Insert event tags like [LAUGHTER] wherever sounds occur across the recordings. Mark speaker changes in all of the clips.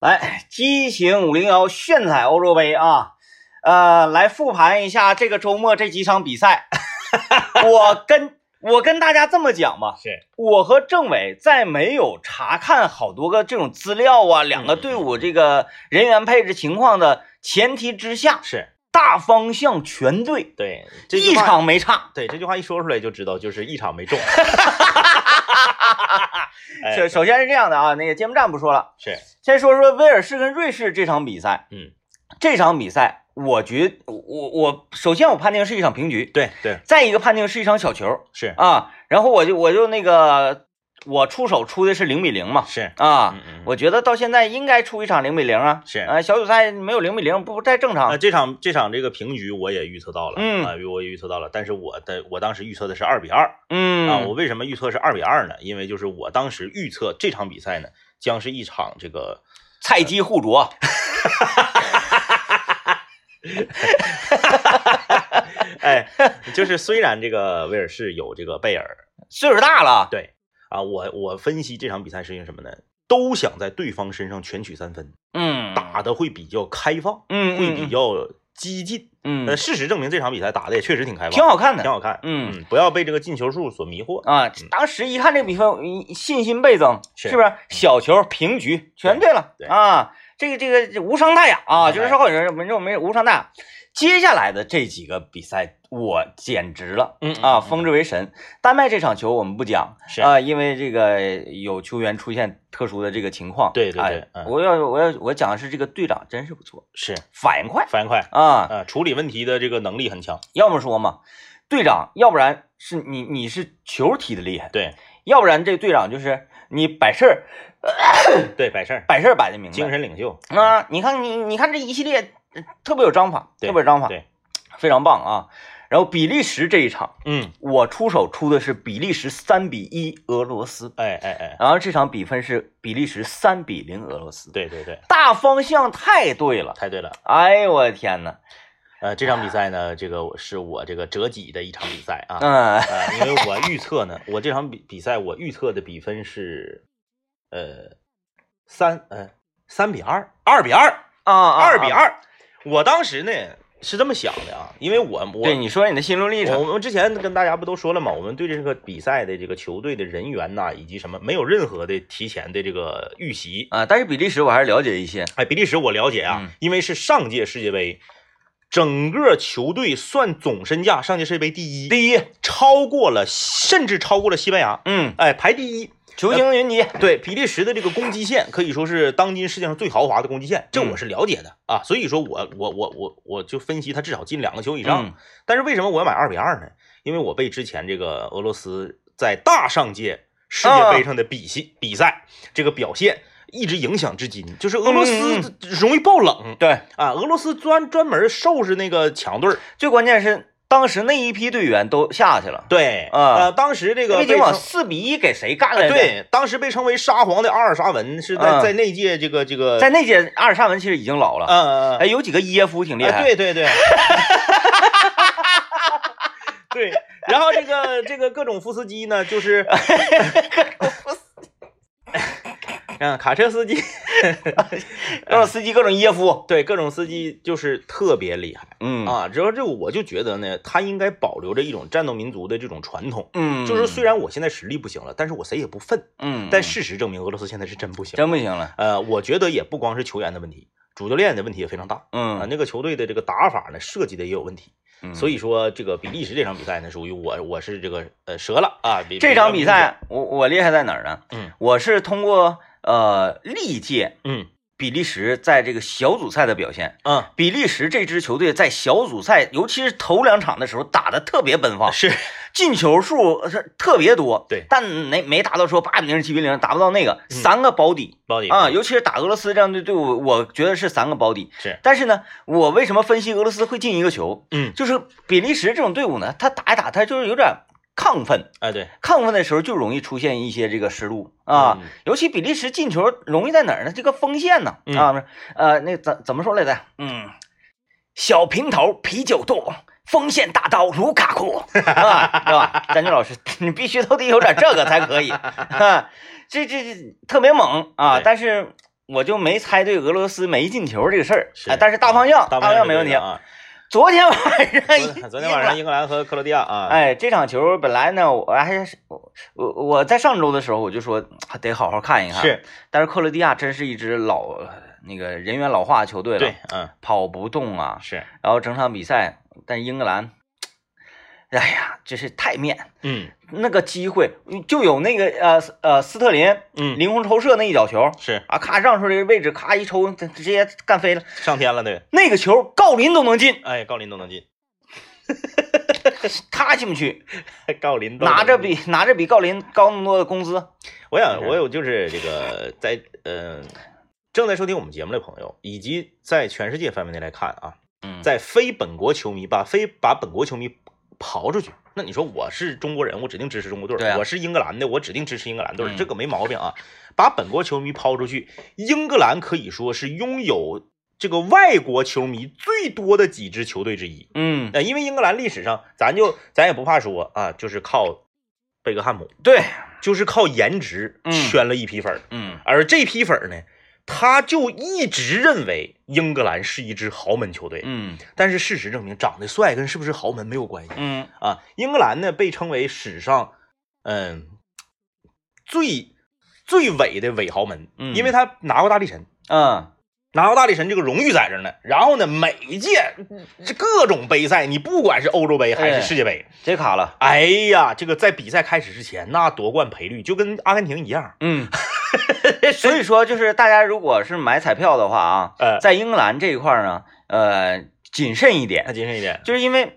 Speaker 1: 来，激情五零幺炫彩欧洲杯啊，呃，来复盘一下这个周末这几场比赛。
Speaker 2: [LAUGHS]
Speaker 1: 我跟我跟大家这么讲吧，
Speaker 2: 是
Speaker 1: 我和政委在没有查看好多个这种资料啊，两个队伍这个人员配置情况的前提之下，
Speaker 2: 是，
Speaker 1: 大方向全对，
Speaker 2: 对，这句
Speaker 1: 一
Speaker 2: 话
Speaker 1: 场没差。
Speaker 2: 对这句话一说出来就知道，就是一场
Speaker 1: [LAUGHS]
Speaker 2: 没中。哎
Speaker 1: 首首先是这样的啊，那个揭幕战不说了，
Speaker 2: 是，
Speaker 1: 先说说威尔士跟瑞士这场比赛。
Speaker 2: 嗯，
Speaker 1: 这场比赛，我觉我我首先我判定是一场平局，
Speaker 2: 对对
Speaker 1: 再一个判定是一场小球
Speaker 2: 是
Speaker 1: 啊。然后我就我就那个我出手出的是零比零嘛
Speaker 2: 是，
Speaker 1: 啊，
Speaker 2: 嗯嗯，
Speaker 1: 我觉得到现在应该出一场零比零啊，
Speaker 2: 是呃
Speaker 1: 啊，小组赛没有零比零不太正
Speaker 2: 那
Speaker 1: 常。
Speaker 2: 这场这场这个平局我也预测到了，
Speaker 1: 嗯
Speaker 2: 啊，我也预测到了，但是我的我当时预测的是二比二啊，
Speaker 1: 嗯，
Speaker 2: 我为什么预测是二比二呢？因为就是我当时预测这场比赛呢将是一场这个
Speaker 1: 菜鸡互
Speaker 2: [LAUGHS]
Speaker 1: 啄，
Speaker 2: 哎，就是虽然这个威尔士有这个贝尔，
Speaker 1: 岁数大了，
Speaker 2: 对啊，我我分析这场比赛是因为什么呢？都想在对方身上全取三分，
Speaker 1: 嗯，
Speaker 2: 打的会比较开放，
Speaker 1: 嗯，嗯
Speaker 2: 会比，较激进。
Speaker 1: 嗯，
Speaker 2: 呃，
Speaker 1: 嗯
Speaker 2: 事实证明这场比赛打的也确实挺开放，
Speaker 1: 挺好看
Speaker 2: 挺
Speaker 1: 的
Speaker 2: 好看。
Speaker 1: 嗯
Speaker 2: 不要被这个进球数所迷惑。
Speaker 1: 啊。当时一看这比分，一信心倍增，
Speaker 2: 嗯是嗯
Speaker 1: 是不是？小球平局，全对了
Speaker 2: 对对
Speaker 1: 啊。这个这个这无伤大雅啊，
Speaker 2: 无伤大雅
Speaker 1: 就是说好人没有没有无伤大雅。接下来的这几个比赛，我简直了。
Speaker 2: 嗯
Speaker 1: 啊，封之为神。丹麦这场球我们不讲
Speaker 2: 是
Speaker 1: 啊、因为这个有球员出现特殊的这个情况。
Speaker 2: 对对对
Speaker 1: 哎
Speaker 2: 嗯
Speaker 1: 我要我要我讲的是这个队长真是不错，
Speaker 2: 是
Speaker 1: 反应快
Speaker 2: 反应快
Speaker 1: 啊。
Speaker 2: 啊，处理问题的这个能力很强。
Speaker 1: 要么说嘛，队长，要不然是你你是球踢的厉害，
Speaker 2: 对
Speaker 1: 要不然这队长就是你摆事儿
Speaker 2: 对，摆事儿，
Speaker 1: 摆事儿摆的明白。
Speaker 2: 精神领袖。
Speaker 1: 啊，你看你你看这一系列呃特别有章法，特
Speaker 2: 对
Speaker 1: 别有章法，
Speaker 2: 对，
Speaker 1: 非常棒啊。然后比利时这一场，
Speaker 2: 嗯，
Speaker 1: 我出手出的是比利时三比一俄罗斯。
Speaker 2: 哎哎哎，
Speaker 1: 然后这场比分是比利时三比零俄罗斯，
Speaker 2: 对对对，
Speaker 1: 大方向太对了。
Speaker 2: 太对了。
Speaker 1: 哎呦我的天呐，
Speaker 2: 呃，这场比赛呢，这个我是我这个折戟的一场比赛啊。
Speaker 1: 嗯
Speaker 2: 啊，因为我预测呢，我这场比比赛我预测的比分是，呃，三呃三比二，二比二，
Speaker 1: 啊啊，
Speaker 2: 二比
Speaker 1: 啊，
Speaker 2: 二。我当时呢是这么想的啊，因为我
Speaker 1: 对，
Speaker 2: 我
Speaker 1: 你说你的心路历程，
Speaker 2: 我们之前跟大家不都说了嘛，我们对这个比赛的这个球队的人员呐、以及什么没有任何的提前的这个预习。
Speaker 1: 啊，但是比利时我还是了解一些，
Speaker 2: 哎，比利时我了解啊，
Speaker 1: 嗯
Speaker 2: 因为是上届世界杯。整个球队算总身价，上届世界杯第一，
Speaker 1: 第一，
Speaker 2: 超过了，甚至超过了西班牙。
Speaker 1: 嗯，
Speaker 2: 哎，排第一。呃
Speaker 1: 球星云集，
Speaker 2: [LAUGHS] 对，比利时的这个攻击线可以说是当今世界上最豪华的攻击线，这
Speaker 1: 嗯
Speaker 2: 我是了解的啊。所以说我我我我我就分析他至少进两个球以上。
Speaker 1: 嗯
Speaker 2: 但是为什么我要买二比二呢？因为我被之前这个俄罗斯在大上届世
Speaker 1: 啊
Speaker 2: 界杯上的比戏、比赛这个表现一直影响至今，就是俄罗
Speaker 1: 嗯
Speaker 2: 斯容易爆冷、
Speaker 1: 对，
Speaker 2: 啊，俄罗斯专专门收拾那个强队儿。
Speaker 1: 最关键是当时那一批队员都下去了，
Speaker 2: 对，
Speaker 1: 啊
Speaker 2: 呃，当时这
Speaker 1: 毕
Speaker 2: 个被
Speaker 1: 竟往
Speaker 2: 称啊
Speaker 1: 四比一给谁干来着？，
Speaker 2: 对，当时被称为沙皇的阿尔沙文是在、
Speaker 1: 嗯
Speaker 2: 在那届这个这个，
Speaker 1: 在那届阿尔沙文其实已经老了，
Speaker 2: 呃，
Speaker 1: 哎，有几个耶夫挺厉
Speaker 2: 啊
Speaker 1: 害，
Speaker 2: 对对 [LAUGHS] 对，对。然后这个这个各种夫斯基呢，就是 [LAUGHS] 各种夫斯基，嗯，卡车司机，
Speaker 1: 俄罗斯基各种耶夫，
Speaker 2: 对各种司机就是特别厉害
Speaker 1: 嗯
Speaker 2: 啊。之后这我就觉得呢，他应该保留着一种战斗民族的这种传统。
Speaker 1: 嗯，
Speaker 2: 就是虽然我现在实力不行了，但是我谁也不愤。
Speaker 1: 嗯，
Speaker 2: 但事实证明，俄罗斯现在是真不行。
Speaker 1: 真不行了，
Speaker 2: 呃，我觉得也不光是球员的问题，主教练的问题也非常大啊、
Speaker 1: 嗯，
Speaker 2: 那个球队的这个打法呢，设计的也有问题。
Speaker 1: 嗯
Speaker 2: 所以说，这个比利时这场比赛呢，属于我我是这个呃折了啊。比
Speaker 1: 这场比，赛我我厉害在哪儿呢？
Speaker 2: 嗯
Speaker 1: 我是通过呃历届
Speaker 2: 嗯
Speaker 1: 比利时在这个小组赛的表现，
Speaker 2: 嗯，
Speaker 1: 比利时这支球队在小组赛，尤其是头两场的时候打的特别奔放，
Speaker 2: 是
Speaker 1: 进球数呃是特别多，
Speaker 2: 对
Speaker 1: 但没没达到说八比零、七比零，达不到那个
Speaker 2: 嗯
Speaker 1: 三个保底。
Speaker 2: 包底
Speaker 1: 啊，尤其是打俄罗斯这样的队伍，我觉得是三个保底。
Speaker 2: 是
Speaker 1: 但是呢，我为什么分析俄罗斯会进一个球？
Speaker 2: 嗯
Speaker 1: 就是比利时这种队伍呢，他打一打，他就是有点亢奋，
Speaker 2: 哎对
Speaker 1: 亢奋的时候就容易出现一些这个失误啊，
Speaker 2: 嗯
Speaker 1: 尤其比利时进球容易在哪儿呢？这个锋线呢
Speaker 2: 嗯
Speaker 1: 啊，不是呃，那怎怎么说来着？嗯，小平头，啤酒肚，锋线大刀，卢卡库，啊，对吧？ [LAUGHS] 詹俊老师，你必 [LAUGHS] 须都得有点这个才可以，啊、这这这特别猛啊！
Speaker 2: 对
Speaker 1: 但是我就没猜对俄罗斯没进球这个事儿。
Speaker 2: 是
Speaker 1: 哎，但是大方向，
Speaker 2: 大
Speaker 1: 方
Speaker 2: 半
Speaker 1: 没问题。
Speaker 2: 啊。
Speaker 1: 昨天晚上
Speaker 2: 昨
Speaker 1: 英，
Speaker 2: 天昨天晚上
Speaker 1: 英
Speaker 2: 英格兰和克罗地亚啊，
Speaker 1: 格兰，，哎，这场球本来呢，我还是我我我在上周的时候我就说啊得好好看一看。。
Speaker 2: 是
Speaker 1: 但是克罗地亚真是一支老那个人员老化的球队了
Speaker 2: 对，，嗯，
Speaker 1: 跑不动啊。
Speaker 2: 是，
Speaker 1: 然后整场比赛，但英格兰，哎呀，真是太面，
Speaker 2: 嗯
Speaker 1: 那个机会就有那个呃呃斯特林
Speaker 2: 嗯，
Speaker 1: 凌空抽射那一脚球
Speaker 2: 是
Speaker 1: 啊，咔让出来的位置，咔一抽，直直接干飞了。
Speaker 2: 上天了，对，
Speaker 1: 那个球郜林都能进，
Speaker 2: 哎，郜林都能进，
Speaker 1: 他进不去，
Speaker 2: 郜林都能
Speaker 1: 拿着
Speaker 2: 进
Speaker 1: 比拿着比郜林高那么多的工资。
Speaker 2: 我想，
Speaker 1: 是
Speaker 2: 我有就是这个在呃，正在收听我们节目的朋友，以及在全世界范围内来看啊，
Speaker 1: 嗯，
Speaker 2: 在非本国球迷把非把本国球迷刨出去，那你说我是中国人，我指定支持中国队儿；
Speaker 1: 对啊
Speaker 2: 我是英格兰的，我指定支持英格兰队儿，
Speaker 1: 嗯
Speaker 2: 这个没毛病啊。把本国球迷抛出去，英格兰可以说是拥有这个外国球迷最多的几支球队之一。
Speaker 1: 嗯，
Speaker 2: 呃，因为英格兰历史上，咱就咱也不怕说啊，就是靠贝克汉姆，
Speaker 1: 对，
Speaker 2: 就是靠颜值
Speaker 1: 嗯
Speaker 2: 圈了一批粉儿。
Speaker 1: 嗯
Speaker 2: 而这批粉儿呢，他就一直认为英格兰是一支豪门球队，
Speaker 1: 嗯
Speaker 2: 但是事实证明，长得帅跟是不是豪门没有关系
Speaker 1: 嗯
Speaker 2: 啊。英格兰呢，被称为史上，嗯，最最伟的伪豪门，
Speaker 1: 嗯
Speaker 2: 因为他拿过大力神。
Speaker 1: 嗯，
Speaker 2: 拿过大力神这个荣誉在这儿呢，然后呢，每一届这各种杯赛，你不管是欧洲杯还
Speaker 1: 哎
Speaker 2: 是世界杯，
Speaker 1: 这卡了。
Speaker 2: 哎呀，这个在比赛开始之前，那夺冠赔率就跟阿根廷一样， [LAUGHS]
Speaker 1: 嗯，所以说就是大家如果是买彩票的话啊，
Speaker 2: 呃，
Speaker 1: 在英格兰这一块儿呢，呃，谨慎一点，
Speaker 2: 谨慎一点，
Speaker 1: 就是因为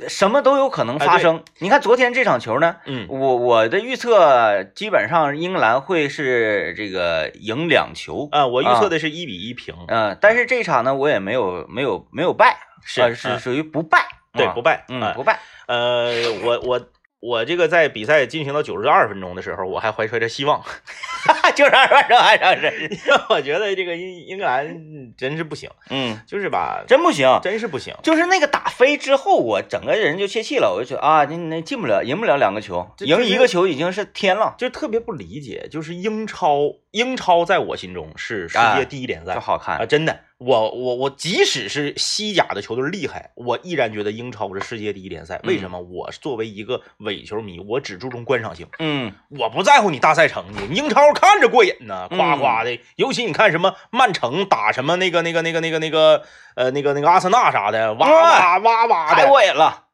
Speaker 1: 嘖什么都有可
Speaker 2: 啊
Speaker 1: 能发生。你看昨天这场球呢，
Speaker 2: 嗯，
Speaker 1: 我我的预测基本上英格兰会是这个赢两球，
Speaker 2: 啊，我预
Speaker 1: 啊
Speaker 2: 测的是一比一平，
Speaker 1: 嗯、但是这一场呢，我也没有没有没有败，呃是
Speaker 2: 是，啊
Speaker 1: 属于不败，
Speaker 2: 对，
Speaker 1: 啊
Speaker 2: 不败，
Speaker 1: 嗯
Speaker 2: 啊
Speaker 1: 不败， [LAUGHS]
Speaker 2: 呃，我我我这个在比赛进行到九十二分钟的时候，我还怀揣着希望， [LAUGHS]
Speaker 1: 就是二万上还上是，
Speaker 2: 我觉得这个英英格兰真是不行，
Speaker 1: 嗯，
Speaker 2: 就是吧，
Speaker 1: 真不行，
Speaker 2: 真是不行，
Speaker 1: 就是那个打飞之后，我整个人就泄气了，我就觉得啊，那那进不了，赢不了两个球，
Speaker 2: 这
Speaker 1: 赢
Speaker 2: 这是
Speaker 1: 一个球已经是天了，
Speaker 2: 就特别不理解，就是英超，英超在我心中是世
Speaker 1: 哎
Speaker 2: 界第一联赛
Speaker 1: 就好看
Speaker 2: 啊，。真的，我我我即使是西甲的球队厉害，我依然觉得英超是世界第一联赛，
Speaker 1: 嗯
Speaker 2: 为什么？我作为一个伪球迷，我只注重观赏性。
Speaker 1: 嗯
Speaker 2: 我不在乎你大赛成绩，英超看着过瘾呢，夸夸的。尤其你看什么曼城打什么那个那个那个那个那个呃那个那个阿森纳啥的，哇
Speaker 1: 哎
Speaker 2: 哇哇哇
Speaker 1: 太
Speaker 2: 的，
Speaker 1: 过瘾了。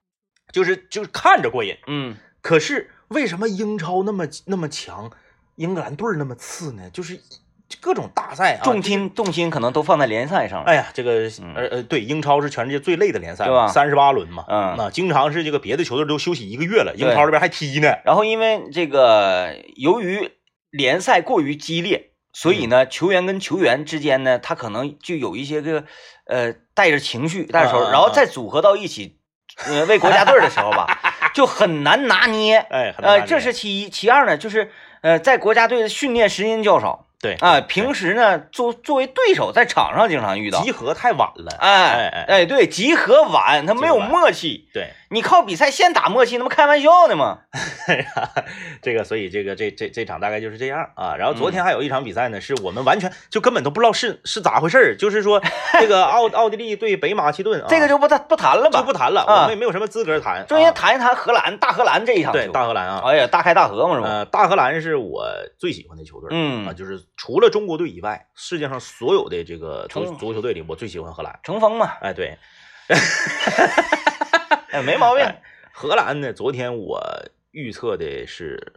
Speaker 2: 就是就是看着过瘾。
Speaker 1: 嗯，
Speaker 2: 可是为什么英超那么那么强，英格兰队儿那么次呢？就是就各种大赛啊，
Speaker 1: 重心重心可能都放在联赛上了。
Speaker 2: 哎呀，这个
Speaker 1: 嗯
Speaker 2: 呃呃，对，英超是全世界最累的联赛
Speaker 1: 对吧
Speaker 2: 嘛，三十八轮嘛，
Speaker 1: 嗯
Speaker 2: 那经常是这个别的球队都休息一个月了，英
Speaker 1: 对
Speaker 2: 超这边还踢呢，
Speaker 1: 然后因为这个，由于联赛过于激烈，所以
Speaker 2: 嗯
Speaker 1: 呢，球员跟球员之间呢，他可能就有一些个呃带着情绪带着时
Speaker 2: 嗯嗯
Speaker 1: 候，
Speaker 2: 嗯
Speaker 1: 然后再组合到一起，呃，为国家队的时候吧，
Speaker 2: [LAUGHS]
Speaker 1: 就很难拿捏。
Speaker 2: 哎，很难
Speaker 1: 呃，
Speaker 2: 看
Speaker 1: 这
Speaker 2: 见
Speaker 1: 是其一，其二呢，就是呃，在国家队的训练时间较少
Speaker 2: 对
Speaker 1: 啊、
Speaker 2: 对
Speaker 1: 平时呢，作作为对手在场上经常遇到，
Speaker 2: 集合太晚了，哎
Speaker 1: 哎
Speaker 2: 哎
Speaker 1: 哎，对，集合晚，他没有
Speaker 2: 集合晚
Speaker 1: 默契，
Speaker 2: 对。
Speaker 1: 你靠比赛先打默契，那不开玩笑呢吗？
Speaker 2: [LAUGHS] 啊这个，所以这个这这这场大概就是这样啊。然后
Speaker 1: 嗯
Speaker 2: 昨天还有一场比赛呢，是我们完全就根本都不知道是是咋回事儿，就是说这个奥 [LAUGHS] 奥地利对北马其顿啊，
Speaker 1: 这个
Speaker 2: 就
Speaker 1: 就不谈不谈了吧，
Speaker 2: 不谈了，
Speaker 1: 啊
Speaker 2: 我们也没有什么资格谈。
Speaker 1: 中间
Speaker 2: 啊
Speaker 1: 谈一谈荷兰，大荷兰这一场
Speaker 2: 对
Speaker 1: 球
Speaker 2: 大荷兰啊，
Speaker 1: 哎呀，大开大合嘛是吧？
Speaker 2: 呃，大荷兰是我最喜欢的球队，啊，
Speaker 1: 嗯，
Speaker 2: 就是除了中国队以外，世界上所有的这个足
Speaker 1: 中
Speaker 2: 足球队里，我最喜欢荷兰。
Speaker 1: 成风嘛，
Speaker 2: 哎，对，
Speaker 1: 哎，没毛病，
Speaker 2: 哎荷兰呢，昨天我预测的是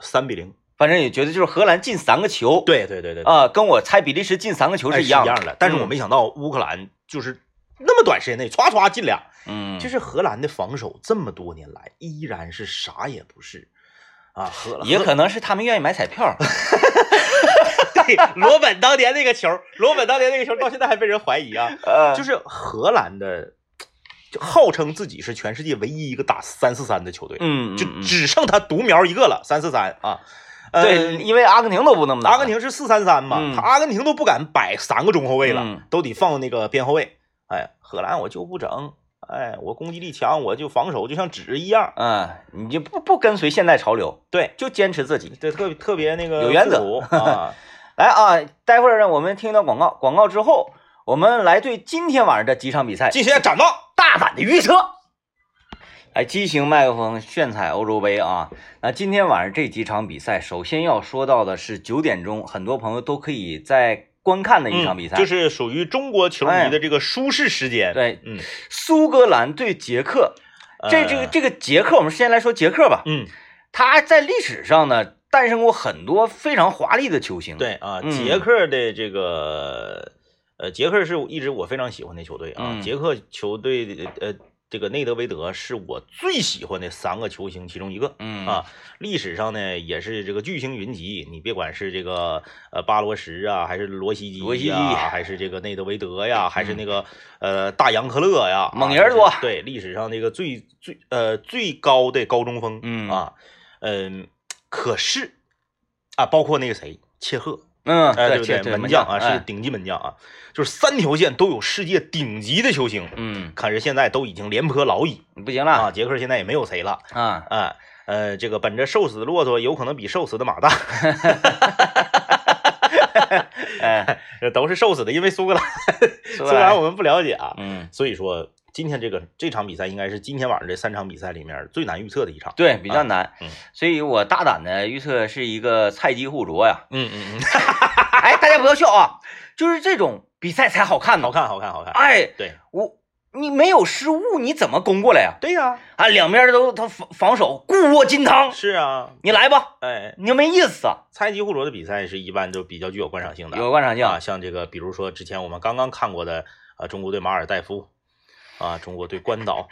Speaker 2: 三比零。
Speaker 1: 反正也觉得就是荷兰进三个球，
Speaker 2: 对对对对，
Speaker 1: 啊、跟我猜比利时进三个球
Speaker 2: 哎
Speaker 1: 是
Speaker 2: 一
Speaker 1: 样的，嗯
Speaker 2: 样的。但是我没想到乌克兰就是那么短时间内歘歘进俩，
Speaker 1: 嗯，
Speaker 2: 就是荷兰的防守这么多年来依然是啥也不是。啊，荷
Speaker 1: [LAUGHS]
Speaker 2: 兰
Speaker 1: 也可能是他们愿意买彩
Speaker 2: [LAUGHS]
Speaker 1: 票。
Speaker 2: 对罗本当年那个球，罗本当年那个球到现在还被人怀疑啊。
Speaker 1: 呃，
Speaker 2: 就是荷兰的，就号称自己是全世界唯一一个打三四三的球队，
Speaker 1: 嗯，
Speaker 2: 就
Speaker 1: 嗯嗯
Speaker 2: 只剩他独苗一个了，三四三啊。呃
Speaker 1: 对，，因为阿根廷都不那么打，
Speaker 2: 阿根廷是四三三嘛
Speaker 1: 啊嗯，
Speaker 2: 他阿根廷都不敢摆三个中后卫了
Speaker 1: 嗯，
Speaker 2: 都得放那个边后卫。哎，荷兰我就不整，哎，我攻击力强，我就防守就像纸一样。
Speaker 1: 嗯，你就不不跟随现代潮流，
Speaker 2: 对，
Speaker 1: 就坚持自己。
Speaker 2: 对，特别特别那个
Speaker 1: 有原则 [LAUGHS]
Speaker 2: 复古啊。
Speaker 1: 来啊，待会儿呢，我们听到广告，广告之后，我们来对今天晚上的几场比赛
Speaker 2: 进行展望。
Speaker 1: 大胆的预测。哎，激情麦克风炫彩欧洲杯啊！那今天晚上这几场比赛，首先要说到的是九点钟，很多朋友都可以在观看的一场比赛，
Speaker 2: 嗯就是属于中国球迷的这个舒适时间。
Speaker 1: 对
Speaker 2: 嗯，
Speaker 1: 苏格兰对捷克。这这个
Speaker 2: 呃
Speaker 1: 这个捷克，我们先来说捷克吧。
Speaker 2: 嗯，
Speaker 1: 他在历史上呢，诞生过很多非常华丽的球星。，
Speaker 2: 对啊，
Speaker 1: 嗯
Speaker 2: 捷克的这个呃，捷克是一直我非常喜欢的球队啊。
Speaker 1: 嗯
Speaker 2: 捷克球队的呃，这个内德维德是我最喜欢的三个球星其中一个。
Speaker 1: 嗯
Speaker 2: 啊，历史上呢也是这个巨星云集，你别管是这个呃巴罗什啊，还是罗西基
Speaker 1: 罗西基嗯
Speaker 2: 呀，还是这个内德维德呀，还是那个呃大杨克勒呀，啊
Speaker 1: 蒙耶尔多
Speaker 2: 就是对，历史上这个最最呃最高的高中锋，
Speaker 1: 嗯
Speaker 2: 啊，嗯，可是啊，包括那个谁切赫，
Speaker 1: 嗯，
Speaker 2: 哎、对不
Speaker 1: 对哎
Speaker 2: 对？门将啊，是顶级门将啊，就是三条线都有世界顶级的球星，
Speaker 1: 嗯，
Speaker 2: 可是现在都已经廉颇老矣
Speaker 1: 不行
Speaker 2: 啊，
Speaker 1: 了
Speaker 2: 捷克现在也没有谁了。 [LAUGHS]
Speaker 1: 啊，
Speaker 2: 啊，呃，这个本着瘦死的骆驼有可能比瘦死的马大， [LAUGHS] [LAUGHS]
Speaker 1: 哎，
Speaker 2: 这都是瘦死的，因为苏格兰，
Speaker 1: 苏
Speaker 2: 苏格兰我们不了解啊，
Speaker 1: 嗯，
Speaker 2: 所以说今天这个这场比赛应该是今天晚上这三场比赛里面最难预测的一场。
Speaker 1: 对，比较难
Speaker 2: 嗯，
Speaker 1: 所以我大胆的预测是一个菜鸡互啄呀。
Speaker 2: 嗯 [LAUGHS] 嗯嗯，
Speaker 1: 哎，大家不要笑啊，就是这种比赛才好看呢
Speaker 2: 好。看，好看，好看。
Speaker 1: 哎，
Speaker 2: 对，
Speaker 1: 我你没有失误，你怎么攻过来呀？
Speaker 2: 对呀、
Speaker 1: 啊，两边都他防防守固若金汤，
Speaker 2: 是啊，
Speaker 1: 你来吧，
Speaker 2: 哎，
Speaker 1: 你就没意思啊，
Speaker 2: 猜击互啄的比赛是一般就比较具有观赏性的
Speaker 1: 有观赏性
Speaker 2: 啊，像这个，比如说之前我们刚刚看过的啊，中国对马尔代夫。啊，中国对关 [LAUGHS] 岛，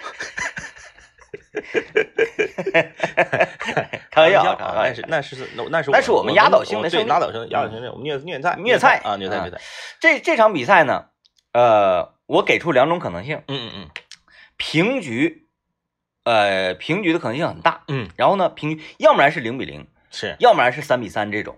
Speaker 1: 开玩笑，哎
Speaker 2: 啊
Speaker 1: 开玩笑
Speaker 2: 那是那是那那是
Speaker 1: 那是我们压倒性的
Speaker 2: 对
Speaker 1: 胜利
Speaker 2: 压倒性压倒性的我们虐嗯虐菜
Speaker 1: 虐菜
Speaker 2: 啊虐菜
Speaker 1: 啊
Speaker 2: 虐菜，
Speaker 1: 这这场比赛呢，呃，我给出两种可能性，
Speaker 2: 嗯嗯嗯，
Speaker 1: 平局，呃，平局的可能性很大。
Speaker 2: 嗯，
Speaker 1: 然后呢，平局要不然是零比零，
Speaker 2: 是，
Speaker 1: 要不然是三比三这种，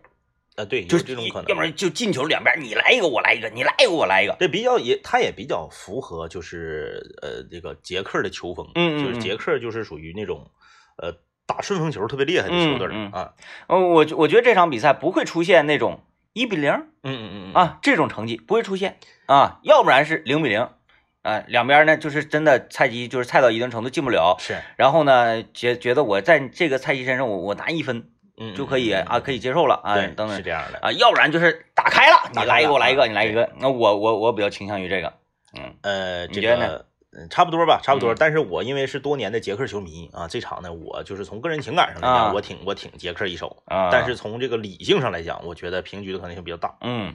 Speaker 2: 呃，对，
Speaker 1: 就
Speaker 2: 有
Speaker 1: 是
Speaker 2: 这种可能。
Speaker 1: 要不然就进球两边你来一个我来一个，你来一个我来一个。
Speaker 2: 这比较也，他也比较符合就是呃这个捷克的球风，
Speaker 1: 嗯嗯
Speaker 2: 就是
Speaker 1: 嗯
Speaker 2: 捷克就是属于那种呃打顺风球特别厉害的球队儿、
Speaker 1: 嗯嗯
Speaker 2: 啊，
Speaker 1: 嗯，我觉我觉得这场比赛不会出现那种一比零
Speaker 2: 嗯嗯嗯嗯，
Speaker 1: 啊这种成绩不会出现啊，要不然是零比零。啊、两边呢就是真的菜鸡，就是菜到一定程度进不了，
Speaker 2: 是，
Speaker 1: 然后呢觉觉得我在这个菜鸡身上我我拿一分
Speaker 2: 嗯
Speaker 1: 就可以啊，可
Speaker 2: 以
Speaker 1: 以接受了啊，
Speaker 2: 对，
Speaker 1: 等等
Speaker 2: 是这样的，
Speaker 1: 啊，要不然就是打开了，你
Speaker 2: 打开
Speaker 1: 来一个，
Speaker 2: 了
Speaker 1: 我来一
Speaker 2: 啊
Speaker 1: 个，你来一个。那我我我比较倾向于这个，嗯
Speaker 2: 呃，
Speaker 1: 你
Speaker 2: 这
Speaker 1: 觉得
Speaker 2: 个嗯差不多吧，差不多。
Speaker 1: 嗯
Speaker 2: 但是我因为是多年的捷克球迷啊，这场呢，我就是从个人情感上来
Speaker 1: 啊
Speaker 2: 讲，我挺我挺捷克一手，
Speaker 1: 啊，
Speaker 2: 但是从这个理性上来讲，我觉得平局的可能性比较大。
Speaker 1: 嗯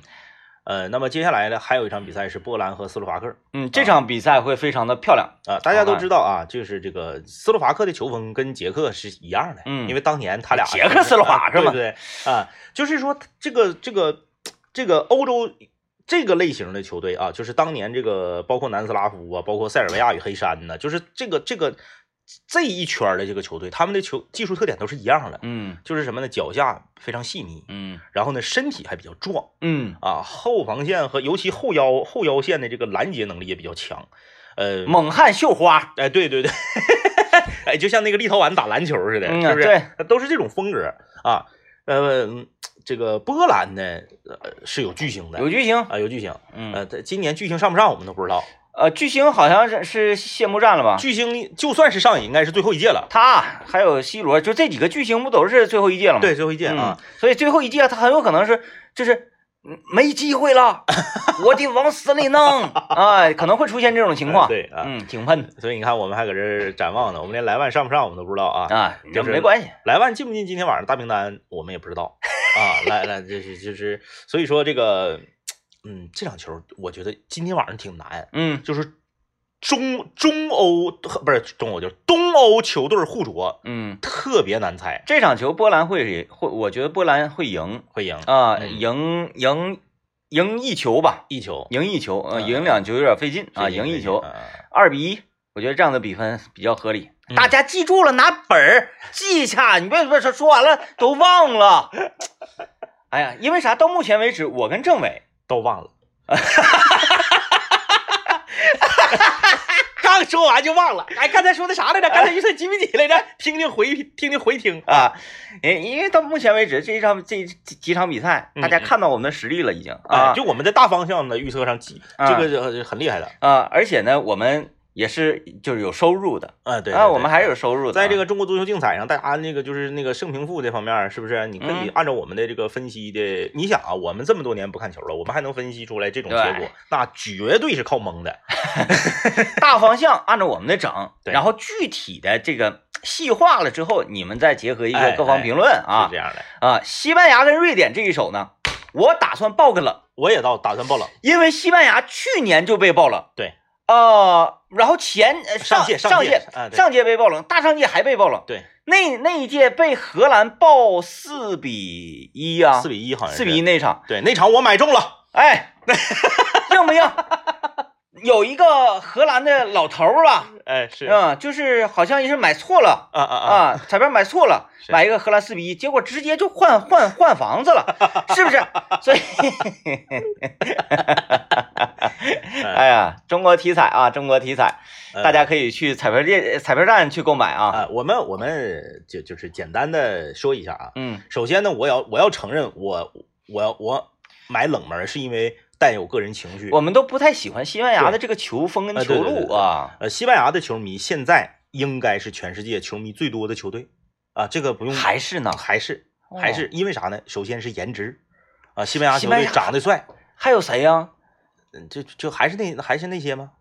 Speaker 2: 呃，那么接下来呢，还有一场比赛是波兰和斯洛伐克，
Speaker 1: 嗯，这场比赛会非常的漂亮，
Speaker 2: 啊，大家都
Speaker 1: 好看
Speaker 2: 知道啊，就是这个斯洛伐克的球风跟捷克是一样的，
Speaker 1: 嗯
Speaker 2: 因为当年他俩
Speaker 1: 捷克斯洛伐克嘛
Speaker 2: 啊 [LAUGHS] 对不对啊，就是说这个这个这个欧洲这个类型的球队啊，就是当年这个包括南斯拉夫啊，包括塞尔维亚与黑山呐、就是这个这个这一圈儿的这个球队，他们的球技术特点都是一样的，
Speaker 1: 嗯
Speaker 2: 就是什么呢？脚下非常细腻，
Speaker 1: 嗯
Speaker 2: 然后呢身体还比较壮，
Speaker 1: 嗯，
Speaker 2: 啊，后防线和尤其后腰后腰线的这个拦截能力也比较强，呃，
Speaker 1: 猛汉绣花，
Speaker 2: 哎，对对对， [LAUGHS] 哎，就像那个立陶宛打篮球似的，
Speaker 1: 嗯
Speaker 2: 是不是？
Speaker 1: 对，
Speaker 2: 都是这种风格啊。呃，嗯这个波兰呢，呃，是有巨星的，
Speaker 1: 有巨星，
Speaker 2: 啊，有巨星。
Speaker 1: 嗯
Speaker 2: 呃，这今年巨星上不上我们都不知道。
Speaker 1: 呃，巨星好像是是谢幕战了吧？
Speaker 2: 巨星就算是上，也应该是最后一届了。
Speaker 1: 他啊还有 C 罗，就这几个巨星不都是最后一届了吗？
Speaker 2: 对，最后一届
Speaker 1: 嗯，
Speaker 2: 啊，
Speaker 1: 所以最后一届他很有可能是就是。嗯没机会
Speaker 2: [LAUGHS]
Speaker 1: 了，我得往死里弄啊！可能会出现这种情况。
Speaker 2: 呃对啊
Speaker 1: 嗯，井喷
Speaker 2: 所以你看，我们还搁这儿展望呢，我们连莱万上不上我们都不知道啊。
Speaker 1: 啊，
Speaker 2: 就
Speaker 1: 这
Speaker 2: 是
Speaker 1: 没关系。
Speaker 2: 莱万进不进今天晚上大名单，我们也不知道啊。来来，就是就是，所以说这个，嗯，这场球我觉得今天晚上挺难，
Speaker 1: 嗯
Speaker 2: 就是中中欧和不是中欧，就是东欧球队互啄，
Speaker 1: 嗯，
Speaker 2: 特别难猜
Speaker 1: 这场球波兰会会，我觉得波兰会赢
Speaker 2: 会赢
Speaker 1: 啊、
Speaker 2: 嗯
Speaker 1: 赢赢赢一球吧，
Speaker 2: 一球
Speaker 1: 赢一球，呃，
Speaker 2: 嗯
Speaker 1: 赢两球有点费劲啊，
Speaker 2: 是
Speaker 1: 赢一
Speaker 2: 会
Speaker 1: 球，
Speaker 2: 啊
Speaker 1: 二比一，我觉得这样的比分比较合理。
Speaker 2: 嗯
Speaker 1: 大家记住了，拿本儿记一下，你别别说说完了都忘了。哎呀，因为啥？到目前为止，我跟政委
Speaker 2: 都忘了。刚 [LAUGHS] 刚说完就忘了，哎，刚才说的啥来着？刚才预测几比几来着？听听回，听听回听哎
Speaker 1: 啊，因因为到目前为止这一场这几几场比赛，
Speaker 2: 嗯
Speaker 1: 大家看到我们的实力了已经
Speaker 2: 哎
Speaker 1: 啊，
Speaker 2: 就我们在大方向的预测上，几
Speaker 1: 啊
Speaker 2: 这个是很厉害的，
Speaker 1: 啊，而且呢，我们也是就是有收入的
Speaker 2: 啊，对
Speaker 1: 啊，
Speaker 2: 对
Speaker 1: 我们还是有收入的，啊
Speaker 2: 在这
Speaker 1: 个
Speaker 2: 个中国足球竞彩上，大家那个就是那个胜平负这方面，是不是？你可以
Speaker 1: 嗯
Speaker 2: 按照我们的这个分析的，你想啊，我们这么多年不看球了，我们还能分析出来这种结
Speaker 1: 对
Speaker 2: 果，那绝对是靠蒙的。
Speaker 1: 大方向按照我们的整，
Speaker 2: 对
Speaker 1: 然后具体的这个细化了之后，你们再结合一
Speaker 2: 哎
Speaker 1: 个各方
Speaker 2: 哎
Speaker 1: 评论啊
Speaker 2: 是这样的。
Speaker 1: 啊，西班牙跟瑞典这一手呢，我打算爆个冷，
Speaker 2: 我也到打算爆冷，
Speaker 1: 因为西班牙去年就被爆冷，
Speaker 2: 对，
Speaker 1: 呃，然后前呃
Speaker 2: 上届
Speaker 1: 届
Speaker 2: 上
Speaker 1: 上
Speaker 2: 届啊对
Speaker 1: 上届被爆冷，大上届还被爆冷，
Speaker 2: 对，
Speaker 1: 那那一届被荷兰爆四比一啊，
Speaker 2: 四比一好像是
Speaker 1: 四比一，那场，
Speaker 2: 对，那场我买中了， [LAUGHS]
Speaker 1: 哎，硬不硬？有一个荷兰的老头儿啊，
Speaker 2: 哎是啊
Speaker 1: 嗯，就是好像也是买错了。
Speaker 2: 啊啊，
Speaker 1: 啊，彩票买错了，
Speaker 2: [LAUGHS] 是
Speaker 1: 买一个荷兰四比一，结果直接就换换换房子
Speaker 2: [LAUGHS]
Speaker 1: 了，是不是？所以， [LAUGHS] 哎呀，中国体彩啊，中国体彩，
Speaker 2: 呃
Speaker 1: 大家可以去彩票店、彩票站去购买啊。
Speaker 2: 啊，我们我们就就是简单的说一下啊，
Speaker 1: 嗯
Speaker 2: 首先呢，我要我要承认我我我买冷门是因为带有个人情绪，
Speaker 1: 我们都不太喜欢西班牙
Speaker 2: 对
Speaker 1: 的这个球风跟
Speaker 2: 呃
Speaker 1: 球
Speaker 2: 对对对
Speaker 1: 路啊。
Speaker 2: 呃，西班牙的球迷现在应该是全世界球迷最多的球队啊，这个不用啊
Speaker 1: 还是呢，
Speaker 2: 还是
Speaker 1: 哦
Speaker 2: 还是因为啥呢？首先是颜值啊，西班牙
Speaker 1: 西
Speaker 2: 球
Speaker 1: 班
Speaker 2: 队
Speaker 1: 牙
Speaker 2: 长得帅，
Speaker 1: 还有谁呀、
Speaker 2: 嗯就就还是那还是那些吗？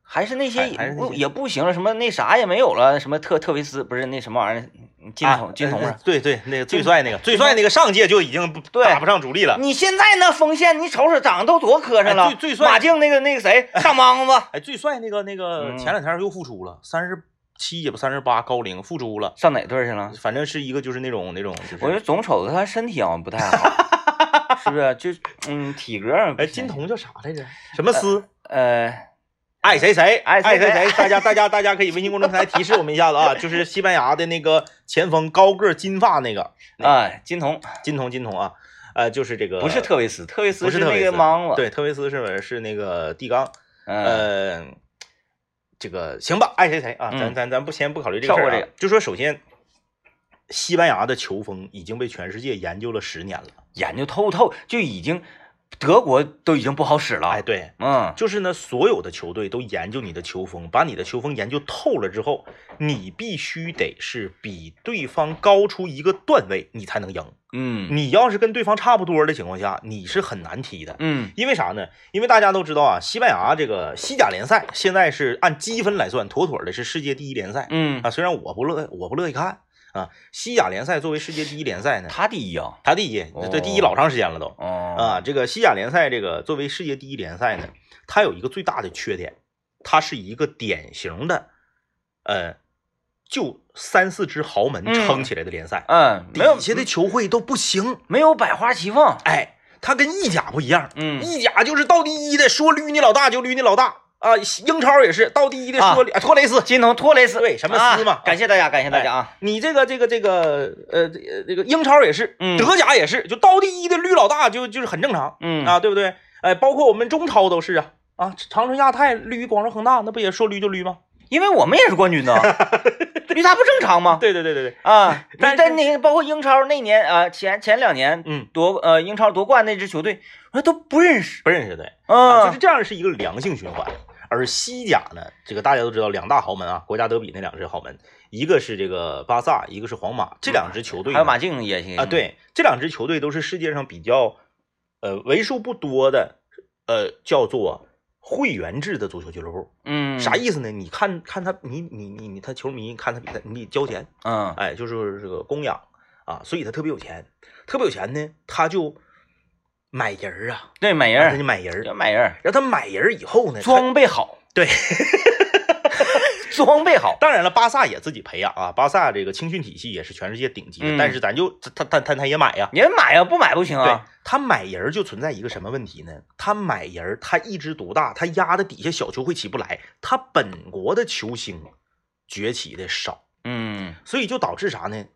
Speaker 1: 还是那些
Speaker 2: 还还是
Speaker 1: 不
Speaker 2: 那些
Speaker 1: 也不行了，什么那啥也没有了，什么特特维斯不是那什么玩意儿，金
Speaker 2: 啊
Speaker 1: 童金童
Speaker 2: 呃
Speaker 1: 上。
Speaker 2: 对对，那个最帅那个最帅那个上届就已经不
Speaker 1: 对嗯
Speaker 2: 打不上主力了。
Speaker 1: 你现在那锋线，你瞅瞅长得都多磕碜了，
Speaker 2: 呃哎最最帅
Speaker 1: 马竞那个那个
Speaker 2: [LAUGHS]
Speaker 1: 谁上帮子
Speaker 2: 哎，最帅那个那个
Speaker 1: 嗯
Speaker 2: 前两天又复出了，三十七也不三十八高龄复出了，
Speaker 1: 上哪队去了？
Speaker 2: 反正是一个就是那种那种就。
Speaker 1: [LAUGHS] 我就是总瞅着他身体好像不太好，是不是？就嗯体格儿不
Speaker 2: 哎，
Speaker 1: 行
Speaker 2: 金童叫啥来着？什么斯？
Speaker 1: 呃
Speaker 2: 爱谁谁，
Speaker 1: 爱谁
Speaker 2: 谁
Speaker 1: 谁
Speaker 2: 谁，大家大家大家可以微信公众平台提示我们一下子
Speaker 1: [LAUGHS]
Speaker 2: 啊，就是西班牙的那个前锋高个儿金发那个
Speaker 1: 啊金童
Speaker 2: 金童金童啊，呃，就是这个
Speaker 1: 不是特维斯，特维斯
Speaker 2: 不是特
Speaker 1: 那
Speaker 2: 维
Speaker 1: 个
Speaker 2: 斯
Speaker 1: 莽子，
Speaker 2: 对，特维斯是是那个蒂冈，
Speaker 1: 嗯
Speaker 2: 呃，这个行吧，爱谁谁啊，
Speaker 1: 嗯
Speaker 2: 咱咱咱不先不考虑这个事
Speaker 1: 跳过
Speaker 2: 儿、啊，
Speaker 1: 这个
Speaker 2: 就说首先，西班牙的球风已经被全世界研究了十年了，
Speaker 1: 研究透透就已经德国都已经不好使了，
Speaker 2: 哎，对，
Speaker 1: 嗯
Speaker 2: 就是呢，所有的球队都研究你的球风，把你的球风研究透了之后，你必须得是比对方高出一个段位，你才能赢。
Speaker 1: 嗯
Speaker 2: 你要是跟对方差不多的情况下，你是很难踢的。
Speaker 1: 嗯
Speaker 2: 因为啥呢？因为大家都知道啊，西班牙这个西甲联赛现在是按积分来算，妥妥的是世界第一联赛
Speaker 1: 嗯，
Speaker 2: 啊。虽然我不乐，我不乐意看啊。西甲联赛作为世界第一联赛呢，
Speaker 1: 他第一啊，
Speaker 2: 它第一，这第一老长时间了都。
Speaker 1: 哦
Speaker 2: 啊，这个西甲联赛这个作为世界第一联赛呢，它有一个最大的缺点，它是一个典型的，呃，就三四支豪门
Speaker 1: 嗯
Speaker 2: 撑起来的联赛，
Speaker 1: 嗯，没有
Speaker 2: 底下的球会都不行，
Speaker 1: 没有百花齐放，
Speaker 2: 哎，它跟意甲不一样，
Speaker 1: 嗯
Speaker 2: 意甲就是到第一的说捋你老大就捋你老大啊，英超也是到第一的说捋、啊托雷斯，
Speaker 1: 金童托雷斯
Speaker 2: 对什么斯嘛哎
Speaker 1: 啊感谢大家，感谢大家啊，
Speaker 2: 你这个这个这个呃这个英超也是，
Speaker 1: 嗯
Speaker 2: 德甲也是，就到第一的捋老大就就是很正常，
Speaker 1: 嗯
Speaker 2: 啊，对不对？哎，包括我们中超都是啊啊，长春亚泰绿广州恒大，那不也说绿就绿吗？
Speaker 1: 因为我们也是冠军
Speaker 2: [LAUGHS]
Speaker 1: 呢，绿茶不正常吗？
Speaker 2: 对对对对对，
Speaker 1: 啊，
Speaker 2: 但
Speaker 1: 但
Speaker 2: 是
Speaker 1: 但那个包括英超那年啊，前前两年
Speaker 2: 嗯，
Speaker 1: 夺呃英超夺冠那支球队，我都不认识，
Speaker 2: 不认识对，啊，就是
Speaker 1: 嗯
Speaker 2: 这样是一个良性循环。而西甲呢，这个大家都知道，两大豪门啊，国家德比那两支豪门，一个是这个巴萨，一个是皇马，这两支球队
Speaker 1: 还有
Speaker 2: 呢
Speaker 1: 马竞也行
Speaker 2: 啊，，对，这两支球队都是世界上比较呃为数不多的呃叫做会员制的足球俱乐部。
Speaker 1: 嗯，
Speaker 2: 啥？意思呢？你看看他，你你你你他球迷看他比赛，你得交钱，
Speaker 1: 嗯
Speaker 2: 哎，就是这个供养啊，所以他特别有钱，特别有钱呢，他就买人儿啊，
Speaker 1: 对，买
Speaker 2: 他就
Speaker 1: 人
Speaker 2: 买人儿，
Speaker 1: 要买人，
Speaker 2: 然后他买人儿以后呢，他
Speaker 1: 哎装备好，
Speaker 2: 对，
Speaker 1: 装备好，
Speaker 2: 当然了，巴萨也自己培养啊，巴萨这个青训体系也是全世界顶级的，
Speaker 1: 嗯
Speaker 2: 但是咱就他他他他他也买呀，
Speaker 1: 人买呀，不买不行
Speaker 2: 对
Speaker 1: 啊，
Speaker 2: 他买人儿就存在一个什么问题呢？他买人儿，他一枝独大，他压的底下小球会起不来，他本国的球星崛起的少，
Speaker 1: 嗯
Speaker 2: 所以就导致啥呢？嗯